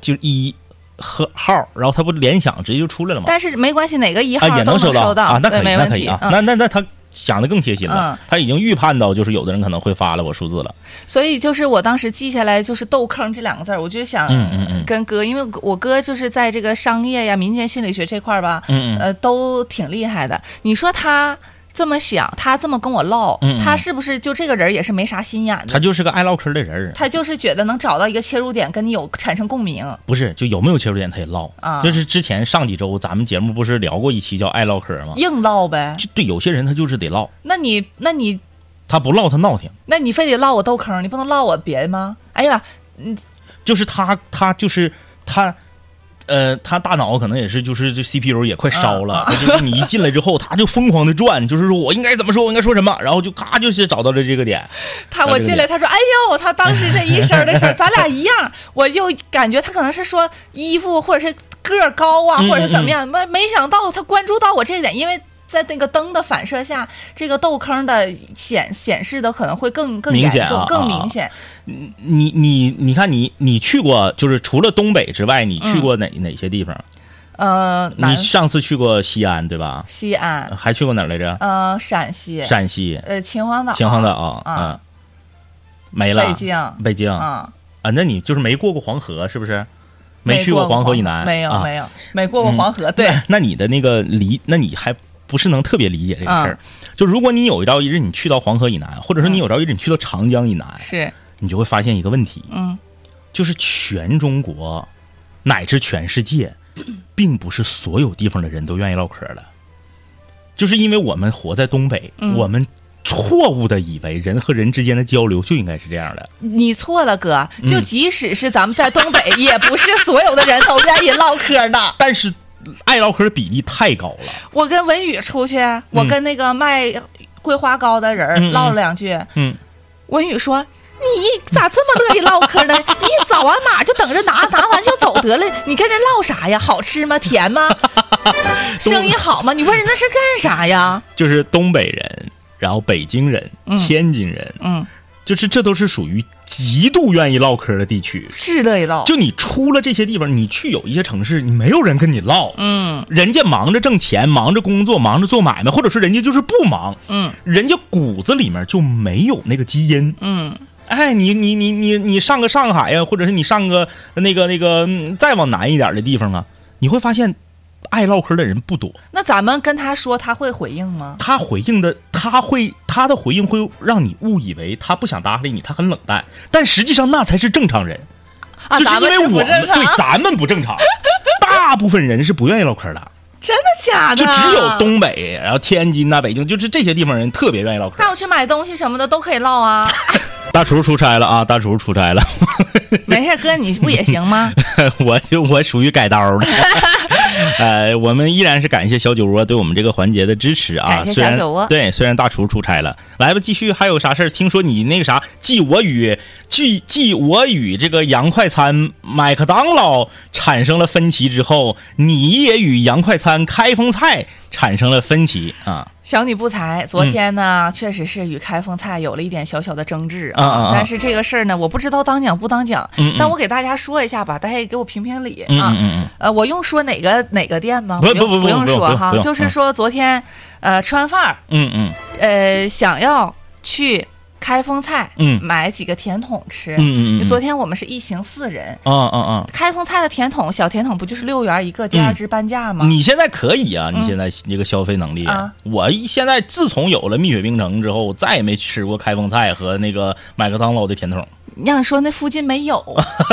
Speaker 4: 就是一和号，然后它不联想直接就出来了吗？
Speaker 5: 但是没关系，哪个一号
Speaker 4: 啊，也
Speaker 5: 都
Speaker 4: 收
Speaker 5: 收
Speaker 4: 啊，那可
Speaker 5: 对，
Speaker 4: 以，
Speaker 5: 没
Speaker 4: 那
Speaker 5: 问
Speaker 4: 可以
Speaker 5: 题。
Speaker 4: 啊，
Speaker 5: 嗯，
Speaker 4: 那那那他想的更贴心了
Speaker 5: 嗯，
Speaker 4: 他已经预判到就是有的人可能会发了我数字了，
Speaker 5: 所以就是我当时记下来就是“豆坑”这两个字儿，我就想
Speaker 4: 嗯嗯嗯
Speaker 5: 跟哥，因为我哥就是在这个商业呀、民间心理学这块儿吧，
Speaker 4: 嗯嗯
Speaker 5: 呃，都挺厉害的。你说他这么想，他这么跟我唠，
Speaker 4: 嗯嗯
Speaker 5: 他是不是就这个人也是没啥心眼
Speaker 4: 他
Speaker 5: 的？
Speaker 4: 就是个爱唠嗑的人儿，
Speaker 5: 他就是觉得能找到一个切入点，跟你有产生共鸣。
Speaker 4: 不是就有没有切入点他也唠
Speaker 5: 啊，
Speaker 4: 就是之前上几周咱们节目不是聊过一期叫爱唠嗑吗？
Speaker 5: 硬唠呗，
Speaker 4: 就对，有些人他就是得唠，
Speaker 5: 那你那你
Speaker 4: 他不唠他闹挺，
Speaker 5: 那你非得唠我豆坑，你不能唠我别的吗？哎呀，
Speaker 4: 就是他他就是他。呃，他大脑可能也是，就是这 CPU 也快烧了，
Speaker 5: 嗯
Speaker 4: 他就是你一进来之后，他就疯狂的转，就是说我应该怎么说，我应该说什么，然后就咔就是找到了这个点，
Speaker 5: 他
Speaker 4: 啊
Speaker 5: 我
Speaker 4: 这个
Speaker 5: 进来，他说：“哎呦，他当时这一身儿的事儿，咱俩一样。”我就感觉他可能是说衣服或者是个儿高啊，
Speaker 4: 嗯
Speaker 5: 或者是怎么样。没没想到他关注到我这一点，因为在那个灯的反射下，这个痘坑的显显示的可能会更更
Speaker 4: 明
Speaker 5: 严
Speaker 4: 显啊
Speaker 5: 重、
Speaker 4: 啊
Speaker 5: 更
Speaker 4: 啊
Speaker 5: 明显。
Speaker 4: 你你你看你你去过就是除了东北之外，你去过哪、哪些地方？
Speaker 5: 呃，
Speaker 4: 你
Speaker 5: 嗯南
Speaker 4: 上次去过西安对吧？
Speaker 5: 西安，
Speaker 4: 还去过哪儿来着？
Speaker 5: 呃，陕西，
Speaker 4: 山西、
Speaker 5: 呃，秦皇岛，
Speaker 4: 秦皇岛
Speaker 5: 啊
Speaker 4: 嗯没了。
Speaker 5: 北京
Speaker 4: 北京啊
Speaker 5: 啊，
Speaker 4: 那你就是没过过黄河是不是？
Speaker 5: 没
Speaker 4: 去过
Speaker 5: 过
Speaker 4: 黄河以南，
Speaker 5: 没有
Speaker 4: 啊、
Speaker 5: 没有没过过
Speaker 4: 嗯
Speaker 5: 黄河，对，
Speaker 4: 那。那你的那个理，那你还不是能特别理解这个
Speaker 5: 嗯
Speaker 4: 事儿。就如果你有一朝一日你去到黄河以南，或者说你有朝一日你去到长江以南，
Speaker 5: 是，
Speaker 4: 你就会发现一个问题，
Speaker 5: 嗯，
Speaker 4: 就是全中国乃至全世界，并不是所有地方的人都愿意唠嗑的，就是因为我们活在东北，我们错误的以为人和人之间的交流就应该是这样的。
Speaker 5: 你错了，哥。就
Speaker 4: 嗯
Speaker 5: 即使是咱们在东北，也不是所有的人都愿意唠嗑的。
Speaker 4: 但是爱唠嗑的比例太高了，
Speaker 5: 我跟文宇出去，我跟那个卖桂花糕的人儿
Speaker 4: 嗯嗯嗯
Speaker 5: 唠了两句，
Speaker 4: 嗯，
Speaker 5: 文宇说。你咋这么乐意唠嗑呢？你扫完码就等着拿，拿完就走得了。你跟人唠啥呀？好吃吗？甜吗？生意好吗？你问人那事干啥呀？
Speaker 4: 就是东北人，然后北京人、天津人、
Speaker 5: 嗯，
Speaker 4: 就是这都是属于极度愿意唠嗑的地区。
Speaker 5: 是乐意唠，
Speaker 4: 就你出了这些地方，你去有一些城市，你没有人跟你唠，
Speaker 5: 嗯
Speaker 4: 人家忙着挣钱，忙着工作，忙着做买卖，或者是人家就是不忙，
Speaker 5: 嗯
Speaker 4: 人家骨子里面就没有那个基因。
Speaker 5: 嗯，
Speaker 4: 哎，你你你你你上个上海呀、或者是你上个那个那个、嗯再往南一点的地方啊，你会发现爱唠嗑的人不多。
Speaker 5: 那咱们跟他说，他会回应吗？
Speaker 4: 他回应的，他会他的回应会让你误以为他不想搭理你，他很冷淡，但实际上那才是正常人，
Speaker 5: 啊，
Speaker 4: 就是因
Speaker 5: 咱们
Speaker 4: 为我
Speaker 5: 不
Speaker 4: 们
Speaker 5: 正常，
Speaker 4: 对咱们不正 常，大部分人是不愿意唠嗑的，
Speaker 5: 真的假的？
Speaker 4: 就只有。东北，然后天津呐、北京，就是这些地方人特别愿意唠嗑
Speaker 5: 带。我去买东西什么的都可以 唠啊，
Speaker 4: 大厨出差了啊，大厨出差了，
Speaker 5: 没事，哥你不也行吗？
Speaker 4: 我就我属于改刀 了。呃，我们依然是感谢小酒窝对我们这个环节的支持啊。
Speaker 5: 感谢
Speaker 4: 虽然
Speaker 5: 小酒窝
Speaker 4: 对，虽然大厨出差了，来吧，继续还有啥事儿？听说你那个啥，继我与继继我与这个洋快餐麦克当劳产生了分歧之后，你也与洋快餐开封菜产生了分歧啊。
Speaker 5: 小女不才，昨
Speaker 4: 嗯
Speaker 5: 天呢、确实是与开封菜有了一点小小的争执
Speaker 4: 啊啊啊
Speaker 5: 但是这个事儿呢，我不知道当讲不当讲，
Speaker 4: 嗯嗯
Speaker 5: 但我给大家说一下吧，大家也给我评评理
Speaker 4: 嗯
Speaker 5: 啊。
Speaker 4: 嗯嗯
Speaker 5: 呃，我用说哪个哪个店吗？
Speaker 4: 不
Speaker 5: 我用
Speaker 4: 不不不不用
Speaker 5: 用
Speaker 4: 不用
Speaker 5: 说
Speaker 4: 不
Speaker 5: 哈，
Speaker 4: 用
Speaker 5: 就是
Speaker 4: 嗯
Speaker 5: 说昨天，呃，吃完饭儿，
Speaker 4: 嗯嗯
Speaker 5: 呃，想要去开封菜，
Speaker 4: 嗯
Speaker 5: 买几个甜筒吃。
Speaker 4: 嗯嗯嗯嗯
Speaker 5: 昨天我们是一行四人，
Speaker 4: 嗯啊啊
Speaker 5: 开封菜的甜筒小甜筒不就是六元一个，第二
Speaker 4: 嗯
Speaker 5: 只半价
Speaker 4: 啊！
Speaker 5: 吗？嗯
Speaker 4: 你现在可以啊，你现在这个消费能力，
Speaker 5: 啊
Speaker 4: 我一现在自从有了蜜雪冰城之后，我再也没吃过开封菜和那个麦克当劳的甜筒。
Speaker 5: 你让说那附近没有，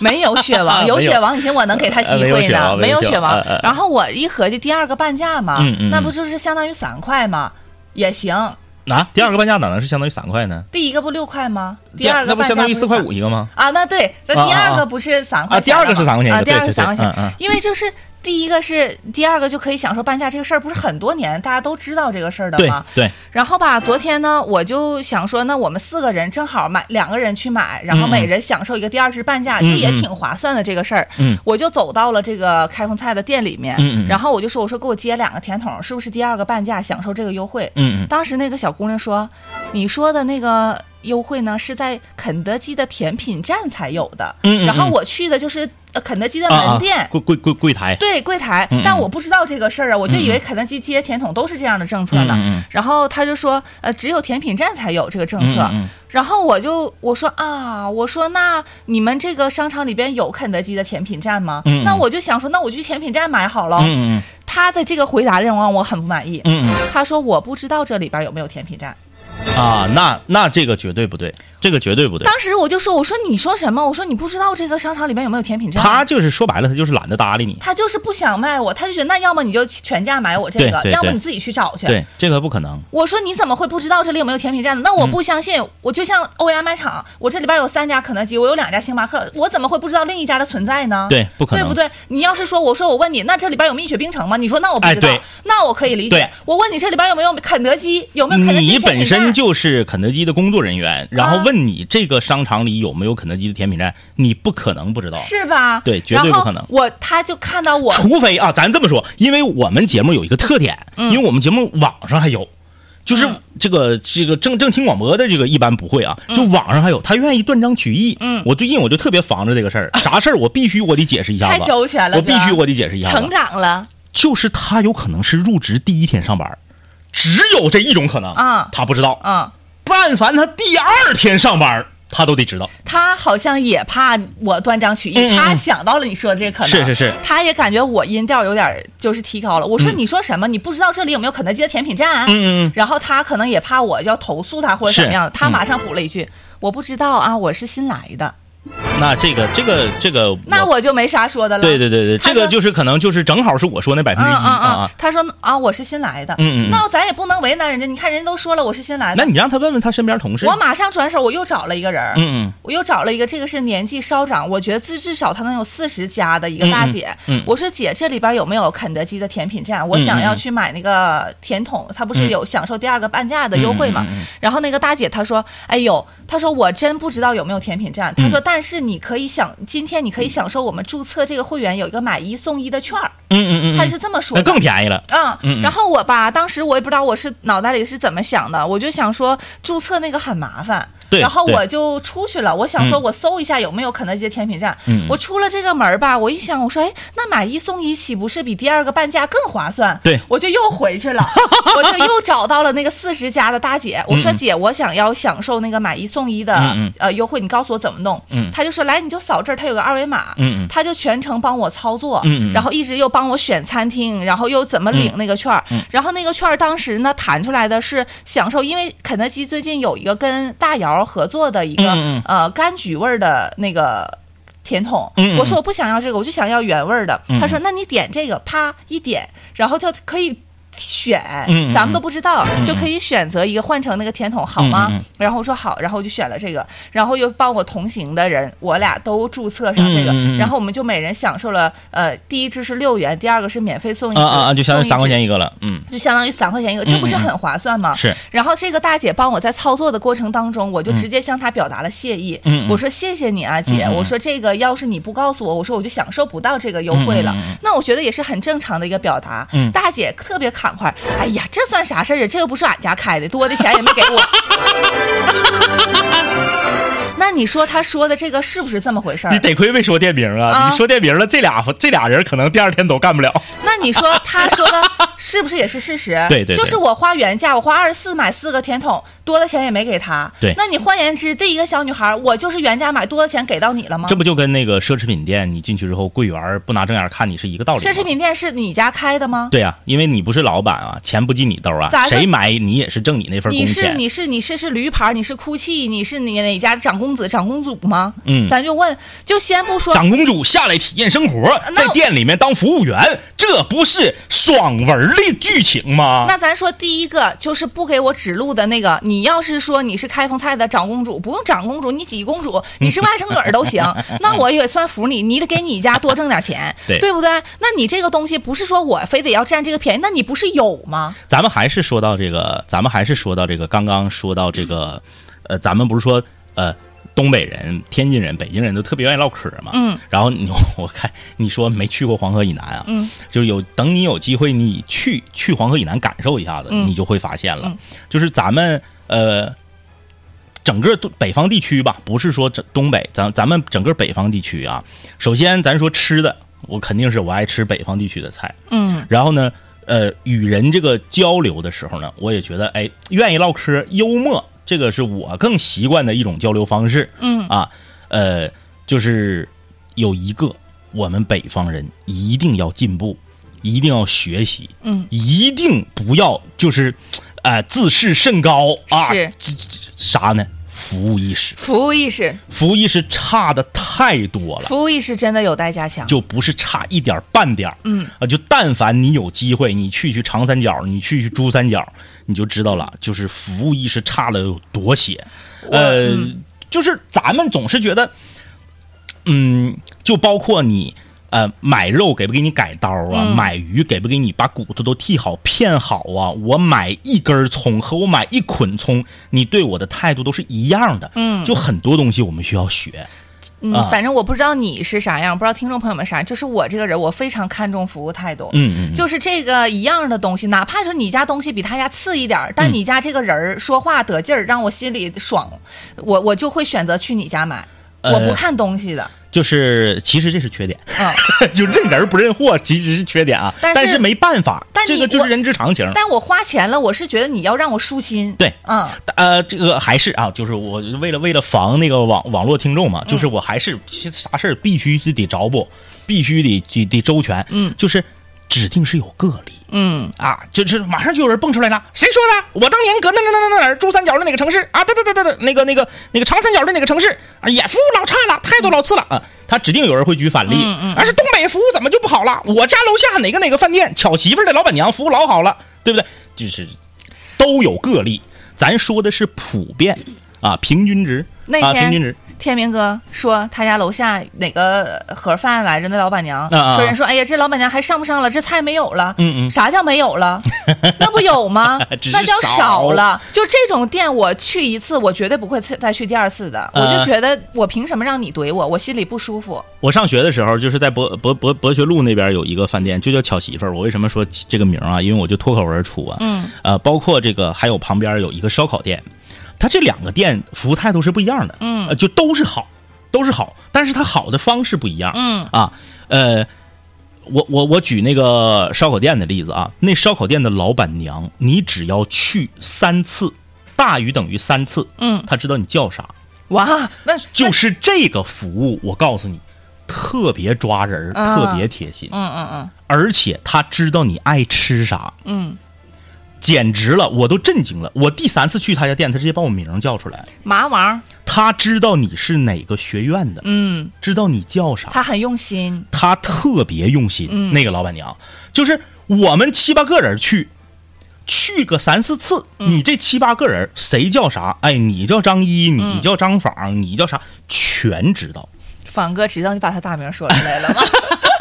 Speaker 5: 没有雪王，有
Speaker 4: 啊没有啊
Speaker 5: 雪王，你信我能给他机
Speaker 4: 没有
Speaker 5: 会
Speaker 4: 雪
Speaker 5: 呢？
Speaker 4: 王
Speaker 5: 没
Speaker 4: 没有雪
Speaker 5: 雪王
Speaker 4: 呃呃。
Speaker 5: 然后我一合计，第二个半价嘛
Speaker 4: 嗯嗯，
Speaker 5: 那
Speaker 4: 嗯
Speaker 5: 不就是相当于三块吗？也行，
Speaker 4: 啊，第二个半价哪能是相当于三块呢？
Speaker 5: 第一个不六块吗？第二个
Speaker 4: 那不
Speaker 5: 半价
Speaker 4: 相当于
Speaker 5: 是
Speaker 4: 四块
Speaker 5: 三
Speaker 4: 五一个吗？
Speaker 5: 啊？那对，
Speaker 4: 啊
Speaker 5: 那第
Speaker 4: 啊
Speaker 5: 二
Speaker 4: 啊
Speaker 5: 个不是三块
Speaker 4: 啊，
Speaker 5: 钱
Speaker 4: 第二个
Speaker 5: 了
Speaker 4: 是
Speaker 5: 吗
Speaker 4: 三块钱一
Speaker 5: 啊，
Speaker 4: 个，
Speaker 5: 第
Speaker 4: 对
Speaker 5: 二个
Speaker 4: 对
Speaker 5: 是三块
Speaker 4: 对，嗯
Speaker 5: 钱，
Speaker 4: 嗯。
Speaker 5: 因为就是第一个是第二个就可以享受半价这个事儿，不是很多年大家都知道这个事儿的
Speaker 4: 对
Speaker 5: 吗？
Speaker 4: 对，
Speaker 5: 然后吧，昨天呢，我就想说，那我们四个人正好买两个人去买，然后
Speaker 4: 嗯嗯
Speaker 5: 每人享受一个第二支半价，
Speaker 4: 嗯
Speaker 5: 这也
Speaker 4: 嗯
Speaker 5: 挺划算的这个事儿。
Speaker 4: 嗯
Speaker 5: 我就走到了这个开封菜的店里面，
Speaker 4: 嗯嗯嗯
Speaker 5: 然后我就说，我说给我接两个甜筒，是不是第二个半价享受这个优惠？
Speaker 4: 嗯嗯，
Speaker 5: 当时那个小姑娘说，你说的那个优惠呢，是在肯德基的甜品站才有的，
Speaker 4: 嗯嗯嗯
Speaker 5: 然后我去的就是呃肯德基的
Speaker 4: 啊啊
Speaker 5: 门店。
Speaker 4: 柜柜柜柜台，
Speaker 5: 对柜台
Speaker 4: 嗯嗯，嗯
Speaker 5: 但我不知道这个事儿啊，我就以为肯德基接甜筒都是这样的政策呢。
Speaker 4: 嗯嗯嗯
Speaker 5: 然后他就说，呃，只有甜品站才有这个政策。
Speaker 4: 嗯嗯嗯
Speaker 5: 然后我就我说啊，我说那你们这个商场里边有肯德基的甜品站吗？
Speaker 4: 嗯嗯
Speaker 5: 那我就想说，那我去甜品站买好了。
Speaker 4: 嗯嗯
Speaker 5: 他的这个回答让我很不满意。
Speaker 4: 嗯嗯
Speaker 5: 他说我不知道这里边有没有甜品站。
Speaker 4: 嗯啊，那那这个绝对不对，这个绝对不对。
Speaker 5: 当时我就说，我说你说什么？我说你不知道这个商场里边有没有甜品站？
Speaker 4: 他就是说白了，他就是懒得搭理你。
Speaker 5: 他就是不想卖我，他就觉得那要么你就全价买我这
Speaker 4: 对
Speaker 5: 个，
Speaker 4: 对
Speaker 5: 要么
Speaker 4: 对
Speaker 5: 你自己去找去。
Speaker 4: 对，这个不可能。
Speaker 5: 我说你怎么会不知道这里有没有甜品站呢？那我
Speaker 4: 嗯
Speaker 5: 不相信，我就像欧亚卖场，我这里边有三家肯德基，我有两家星巴克，我怎么会不知道另一家的存在呢？
Speaker 4: 对不可能
Speaker 5: 对不对？你要是说我说我问你，那这里边有蜜雪冰城吗？你说那我不
Speaker 4: 哎
Speaker 5: 知道，
Speaker 4: 对
Speaker 5: 那我可以理解
Speaker 4: 对。
Speaker 5: 我问你这里边有没有肯德基，有没有肯德基
Speaker 4: 你
Speaker 5: 甜品
Speaker 4: 本身
Speaker 5: 站
Speaker 4: 就是肯德基的工作人员，然后
Speaker 5: 啊
Speaker 4: 问你这个商场里有没有肯德基的甜品站，你不可能不知道。
Speaker 5: 是吧？
Speaker 4: 对绝对
Speaker 5: 然后
Speaker 4: 不可能
Speaker 5: 我他就看到我
Speaker 4: 除非啊，咱这么说，因为我们节目有一个特点，
Speaker 5: 嗯
Speaker 4: 因为我们节目网上还有，就是这个、这个正正听广播的这个一般不会啊，
Speaker 5: 嗯
Speaker 4: 就网上还有，他愿意断章取义。嗯，我最近我就特别防着这个 事儿，啥事儿我必须我得解释一下
Speaker 5: 太
Speaker 4: 子，
Speaker 5: 周全了，
Speaker 4: 我必
Speaker 5: 哥
Speaker 4: 须我得解释一下
Speaker 5: 成
Speaker 4: 子，
Speaker 5: 长了。
Speaker 4: 就是他有可能是入职第一天上班，只有这一种可能
Speaker 5: 啊
Speaker 4: 他不知道，
Speaker 5: 嗯，
Speaker 4: 但凡他第二天上班，他都得知道。
Speaker 5: 他好像也怕我断章取义，
Speaker 4: 嗯嗯嗯
Speaker 5: 他想到了你说的这个可能，
Speaker 4: 是是是
Speaker 5: 他也感觉我音调有点儿就是提高了。我说你说什么？你不知道这里有没有肯德基的甜品站、啊
Speaker 4: 嗯嗯嗯
Speaker 5: 然后他可能也怕我要投诉他或者怎么样的，
Speaker 4: 是嗯
Speaker 5: 他马上补了一句：“我不知道啊，我是新来的。
Speaker 4: 那这个这个这个，”
Speaker 5: 那我就没啥说的了。
Speaker 4: 对对对对，
Speaker 5: 他
Speaker 4: 这个
Speaker 5: 说
Speaker 4: 就是可能就是正好是我说那百分
Speaker 5: 嗯
Speaker 4: 之一
Speaker 5: 嗯
Speaker 4: 啊
Speaker 5: 嗯
Speaker 4: 啊，。
Speaker 5: 他说啊，我是新来的，
Speaker 4: 嗯嗯嗯
Speaker 5: 那咱也不能为难人家。你看人家都说了我是新来
Speaker 4: 那
Speaker 5: 的，
Speaker 4: 你让他问问他身边同事。
Speaker 5: 我马上转手我又找了一个人儿，
Speaker 4: 嗯嗯
Speaker 5: 我又找了一个，这个是年纪稍长，我觉得至至少她能有四十加的一个大姐。
Speaker 4: 嗯嗯嗯
Speaker 5: 我说姐，这里边有没有肯德基的甜品站？我想要去买那个甜筒，她
Speaker 4: 嗯
Speaker 5: 不是有享受第二个半价的优惠嘛？然后那个大姐她说：“哎呦，她说我真不知道有没有甜品站。她说，
Speaker 4: 嗯
Speaker 5: 但是你可以享，今天你可以享受我们注册这个会员有一个买一送一的券儿。
Speaker 4: 嗯嗯嗯，
Speaker 5: 她是这么说
Speaker 4: 那
Speaker 5: 的。
Speaker 4: 更便宜了。嗯
Speaker 5: 嗯，
Speaker 4: 嗯
Speaker 5: 然后我吧，当时我也不知道我是脑袋里是怎么想的，我就想说注册那个很麻烦，
Speaker 4: 对
Speaker 5: 然后
Speaker 4: 对
Speaker 5: 我就出去了。我想说，我搜一下有没有肯德基的甜品站。
Speaker 4: 嗯
Speaker 5: 我出了这个门儿吧，我一想，我说，哎，那买一送一岂不是比第二个半价更划算？
Speaker 4: 对
Speaker 5: 我就又回去 了，我就又找到了那个四十家的大姐，我说
Speaker 4: 嗯嗯
Speaker 5: 姐，我想要享受那个买一送一的
Speaker 4: 嗯嗯
Speaker 5: 呃优惠，你告诉我怎么弄
Speaker 4: 嗯？
Speaker 5: 她就说，来，你就扫这儿，它有个二维码。
Speaker 4: 嗯嗯
Speaker 5: 他就全程帮我操作，
Speaker 4: 嗯嗯
Speaker 5: 然后一直又帮我选餐厅，然后又怎么领那个券
Speaker 4: 嗯
Speaker 5: 儿、然后那个券儿当时呢弹出来的是享受，因为肯德基最近有一个跟大姚合作的一个、
Speaker 4: 嗯嗯
Speaker 5: 呃柑橘味儿的那个。甜筒，
Speaker 4: 嗯嗯嗯
Speaker 5: 我说我不想要这个，我就想要原味儿的。他说：“那你点这个，啪一点，然后就可以选，
Speaker 4: 嗯嗯
Speaker 5: 咱们都不知道，就可以选择一个换成那个甜筒，好吗？”
Speaker 4: 嗯嗯嗯
Speaker 5: 然后我说好，然后我就选了这个，然后又帮我同行的人，我俩都注册上这个，
Speaker 4: 嗯嗯嗯嗯
Speaker 5: 然后我们就每人享受了呃，第一支是六元，第二个是免费送一
Speaker 4: 啊啊啊，就相当于三块，
Speaker 5: 送一
Speaker 4: 钱一嗯个了，嗯，
Speaker 5: 支就相当于三块钱一个，这不是很划算吗？
Speaker 4: 是，
Speaker 5: 然后这个大姐帮我在操作的过程当中，我就直接向她表达了谢意。
Speaker 4: 嗯嗯嗯
Speaker 5: 我说谢谢你啊，姐。我说这个要是你不告诉我，我说我就享受不到这个优惠了。那我觉得也是很正常的一个表达。
Speaker 4: 嗯
Speaker 5: 大姐特别侃快，哎呀，这算啥事儿啊？这又不是俺家开的，多的钱也没给 我。那你说她说的这个是不是这么回事
Speaker 4: 你
Speaker 5: 儿？
Speaker 4: 得亏没说店名啊，
Speaker 5: 嗯啊
Speaker 4: 你说店名了，这俩这俩人可能第二天都干不了。？
Speaker 5: 那你说她说的是不是也是事实
Speaker 4: 对对对
Speaker 5: 就是我花原价，我花二十四买四个甜筒，多的钱也没给她。
Speaker 4: 对
Speaker 5: 那你换言之，这一个小女孩，我就是原价买，多的钱给到你了吗
Speaker 4: 这？不就跟那个奢侈品店，你进去之后，柜员儿不拿正眼儿看你是一个道理吗？
Speaker 5: 奢侈品店是你家开的吗？
Speaker 4: 对呀、因为你不是老板啊，钱不进你兜啊
Speaker 5: 咋，说
Speaker 4: 谁买你也是挣你那份工
Speaker 5: 你是
Speaker 4: 钱。
Speaker 5: 你是你是是驴牌，你是哭泣，你是你哪家长公子长公主吗？
Speaker 4: 嗯
Speaker 5: 咱就问，就先不说
Speaker 4: 长公主下来体验生活，
Speaker 5: 啊那
Speaker 4: 在店里面当服务员，这不是爽文儿的剧情吗？
Speaker 5: 那咱说第一个就是不给我指路的那个，你要是说你是开封菜的长公主，不用长公主，你几公 主，你是外甥女儿都行，那我也算服你，你得给你家多挣点钱，
Speaker 4: 对
Speaker 5: 不对？那你这个东西不是说我非得要占这个便宜，那你不是有吗？
Speaker 4: 咱们还是说到这个，咱们还是说到这个，刚刚说到这个，呃，咱们不是说呃，东北人、天津人、北京人都特别愿意唠嗑嘛，
Speaker 5: 嗯，
Speaker 4: 然后你我看你说没去过黄河以南啊，
Speaker 5: 嗯，
Speaker 4: 就是有等你有机会你去去黄河以南感受一下子，
Speaker 5: 嗯
Speaker 4: 你就会发现了，
Speaker 5: 嗯
Speaker 4: 就是咱们呃。整个东北方地区吧，不是说整东北，咱咱们整个北方地区啊，首先咱说吃的，我肯定是我爱吃北方地区的菜，
Speaker 5: 嗯，
Speaker 4: 然后呢，呃，与人这个交流的时候呢，我也觉得，哎，愿意唠嗑、幽默，这个是我更习惯的一种交流方式。
Speaker 5: 嗯
Speaker 4: 啊，呃，就是有一个我们北方人一定要进步，一定要学习，
Speaker 5: 嗯，
Speaker 4: 一定不要就是，呃，自视甚高啊，
Speaker 5: 是
Speaker 4: 这这啥呢？服务意识，
Speaker 5: 服务意识，
Speaker 4: 服务意识差的太多了。
Speaker 5: 服务意识真的有待加强。
Speaker 4: 就不是差一点儿半点儿，
Speaker 5: 嗯
Speaker 4: 啊，就但凡你有机会，你去去长三角，你去去珠三角，你就知道了，就是服务意识差了有多些。呃，就是咱们总是觉得，嗯，就包括你。呃，买肉给不给你改刀啊？买鱼给不给你把骨头都剔好、片好啊？我买一根葱和我买一捆葱，你对我的态度都是一样的。嗯，就很多东西我们需要学。啊
Speaker 5: 嗯，反正我不知道你是啥样，不知道听众朋友们啥样。就是我这个人，我非常看重服务态度。
Speaker 4: 嗯嗯嗯
Speaker 5: 就是这个一样的东西，哪怕说你家东西比他家次一点儿，
Speaker 4: 嗯
Speaker 5: 但你家这个人儿说话得劲儿，让我心里爽，我我就会选择去你家买。
Speaker 4: 呃
Speaker 5: 我不看东西的，
Speaker 4: 就是其实这是缺点。
Speaker 5: 嗯。
Speaker 4: 就认人不认货，其实是缺点啊。
Speaker 5: 但是
Speaker 4: 没办法，
Speaker 5: 但
Speaker 4: 这
Speaker 5: 你
Speaker 4: 个就是
Speaker 5: 我
Speaker 4: 人之常情。
Speaker 5: 但我花钱了，我是觉得你要让我舒心。
Speaker 4: 对
Speaker 5: 嗯，
Speaker 4: 呃，这个还是啊，就是我为了为了防那个网网络听众嘛，
Speaker 5: 嗯
Speaker 4: 就是我还是其实啥事儿必须是得着补，必须得得得周全。嗯，就是指定是有个例。
Speaker 5: 嗯，
Speaker 4: 啊，就是马上就有人蹦出来了，谁说的？我当年搁那那那那哪儿珠三角的哪个城市啊？对对对对对，那个那个那个长三角的哪个城市啊？也服务老差了，态度老次了啊！他指定有人会举反例，
Speaker 5: 嗯
Speaker 4: 而是东北服务怎么就不好了？我家楼下哪个哪个饭店巧媳妇儿的老板娘服务老好了，对不对？就是都有个例，咱说的是普遍啊，平均值
Speaker 5: 那
Speaker 4: 啊，
Speaker 5: 天
Speaker 4: 平均值。
Speaker 5: 天明哥说他家楼下哪个盒饭来着？那老板娘、
Speaker 4: 啊啊
Speaker 5: 说人说，哎呀，这老板娘还上不上了？这菜没有了。
Speaker 4: 嗯嗯
Speaker 5: 啥叫没有 了？那不有吗
Speaker 4: 只？是
Speaker 5: 那叫
Speaker 4: 少
Speaker 5: 少了。就这种店，我去一次，我绝对不会再再去第二次的。我
Speaker 4: 呃
Speaker 5: 就觉得，我凭什么让你怼我？我心里不舒服。
Speaker 4: 我上学的时候，就是在博博博博学路那边有一个饭店，就叫巧媳妇儿。我为什么说这个名儿啊？因为我就脱口而出啊。
Speaker 5: 嗯。
Speaker 4: 呃，包括这个，还有旁边有一个烧烤店，它这两个店服务态度是不一样的，
Speaker 5: 嗯
Speaker 4: 呃就都是好，都是好，但是它好的方式不一样，
Speaker 5: 嗯
Speaker 4: 啊，呃，我我我举那个烧烤店的例子啊，那烧烤店的老板娘，你只要去三次，大于等于三次，
Speaker 5: 嗯
Speaker 4: 她知道你叫啥，
Speaker 5: 哇，那
Speaker 4: 就
Speaker 5: 那
Speaker 4: 是这个服务，我告诉你，特别抓人儿，
Speaker 5: 啊
Speaker 4: 特别贴心，
Speaker 5: 嗯嗯
Speaker 4: 而且她知道你爱吃啥，
Speaker 5: 嗯
Speaker 4: 简直了，我都震惊了。我第三次去他家店，他直接把我名儿叫出来，
Speaker 5: 嗯，麻王，
Speaker 4: 他知道你是哪个学院的，
Speaker 5: 嗯，
Speaker 4: 知道你叫啥，
Speaker 5: 他很用心，
Speaker 4: 他特别用心。
Speaker 5: 嗯
Speaker 4: 那个老板娘，就是我们七八个人去，去个三四次，
Speaker 5: 嗯
Speaker 4: 你这七八个人谁叫啥？哎，你叫张一，
Speaker 5: 嗯
Speaker 4: 你叫张仿，你叫啥，全知道。
Speaker 5: 仿哥知道你把他大名说出 来了吗？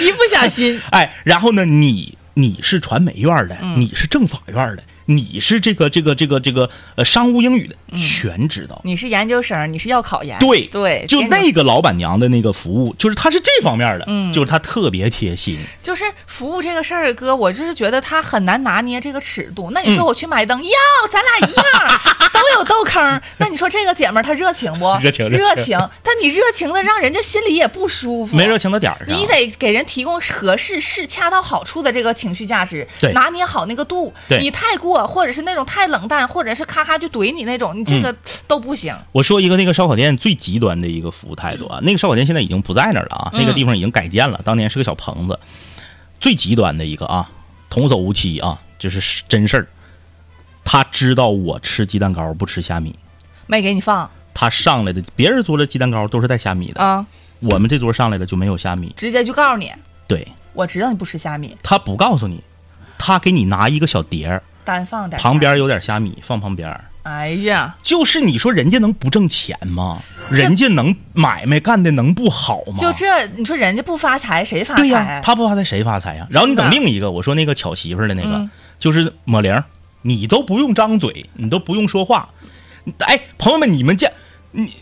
Speaker 5: 一不小心，
Speaker 4: 哎，然后呢，你你是传媒院儿的，
Speaker 5: 嗯
Speaker 4: 你是政法院儿的，你是这个这个这个这个呃商务英语的，
Speaker 5: 嗯
Speaker 4: 全知道。
Speaker 5: 你是研究生，你是要考研，
Speaker 4: 对
Speaker 5: 对，
Speaker 4: 就
Speaker 5: 天
Speaker 4: 那
Speaker 5: 天
Speaker 4: 个老板娘的那个服务，就是她是这方面的，
Speaker 5: 嗯
Speaker 4: 就是她特别贴心。
Speaker 5: 就是服务这个事儿，哥，我就是觉得他很难拿捏这个尺度。那你
Speaker 4: 嗯
Speaker 5: 说我去买灯，哟、咱俩一样，都有豆坑儿。 那你说这个姐们儿她热情不？
Speaker 4: 热情热
Speaker 5: 热
Speaker 4: 情
Speaker 5: 情。但你热情的让人家心里也不舒服，
Speaker 4: 没热。情到啊点儿上，
Speaker 5: 你得给人提供合适、是恰到好处的这个情绪价值
Speaker 4: 对，
Speaker 5: 拿捏好那个度
Speaker 4: 对。
Speaker 5: 你太过，或者是那种太冷淡，或者是咔咔就怼你那种，你
Speaker 4: 嗯
Speaker 5: 这个都不行。
Speaker 4: 我说一个那个烧烤店最极端的一个服务态度啊，那个烧烤店现在已经不在那儿了啊，那
Speaker 5: 嗯
Speaker 4: 个地方已经改建了，当年是个小棚子。最极端的一个啊，童叟无欺啊，就是真事儿。他知道我吃鸡蛋糕不吃虾米，
Speaker 5: 没给你放
Speaker 4: 他上来的别人桌的鸡蛋糕都是带虾米的，
Speaker 5: 啊，
Speaker 4: 我们这桌上来的就没有虾米。
Speaker 5: 直接就告诉你，
Speaker 4: 对
Speaker 5: 我知道你不吃虾米，
Speaker 4: 他不告诉你，他给你拿一个小碟儿，
Speaker 5: 单放点儿
Speaker 4: 旁
Speaker 5: 虾。
Speaker 4: 边有点虾米放旁边儿。
Speaker 5: 哎呀，
Speaker 4: 就是你说人家能不挣钱吗？人家能买卖干的能不好吗？
Speaker 5: 就这，你说人家不发财，谁发
Speaker 4: 对呀、
Speaker 5: 财？
Speaker 4: 他不发财谁发财呀、然后你等另一个，我说那个巧媳妇儿的那个，
Speaker 5: 嗯
Speaker 4: 就是抹零，你都不用张嘴，你都不用说话。哎，朋友们，你们见你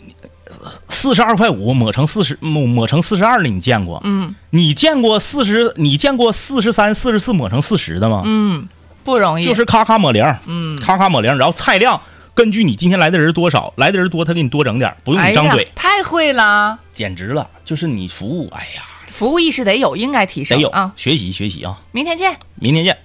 Speaker 4: 四十二块五抹成四十抹抹成四十二的，你见过？嗯，你见过四十？你见过四十三、四十四抹成四十的吗？嗯，
Speaker 5: 不容易，
Speaker 4: 就是咔咔抹零，嗯，咔咔抹零，然后菜量根据你今天来的人多少，来的人多他给你多整点儿，不用
Speaker 5: 哎
Speaker 4: 你
Speaker 5: 呀
Speaker 4: 张嘴，
Speaker 5: 太会了，
Speaker 4: 简直了！就是你服务，哎呀，
Speaker 5: 服务意识得有，应该提
Speaker 4: 得
Speaker 5: 升
Speaker 4: 有
Speaker 5: 啊！
Speaker 4: 学习学习啊！
Speaker 5: 明天见。
Speaker 4: 明天见。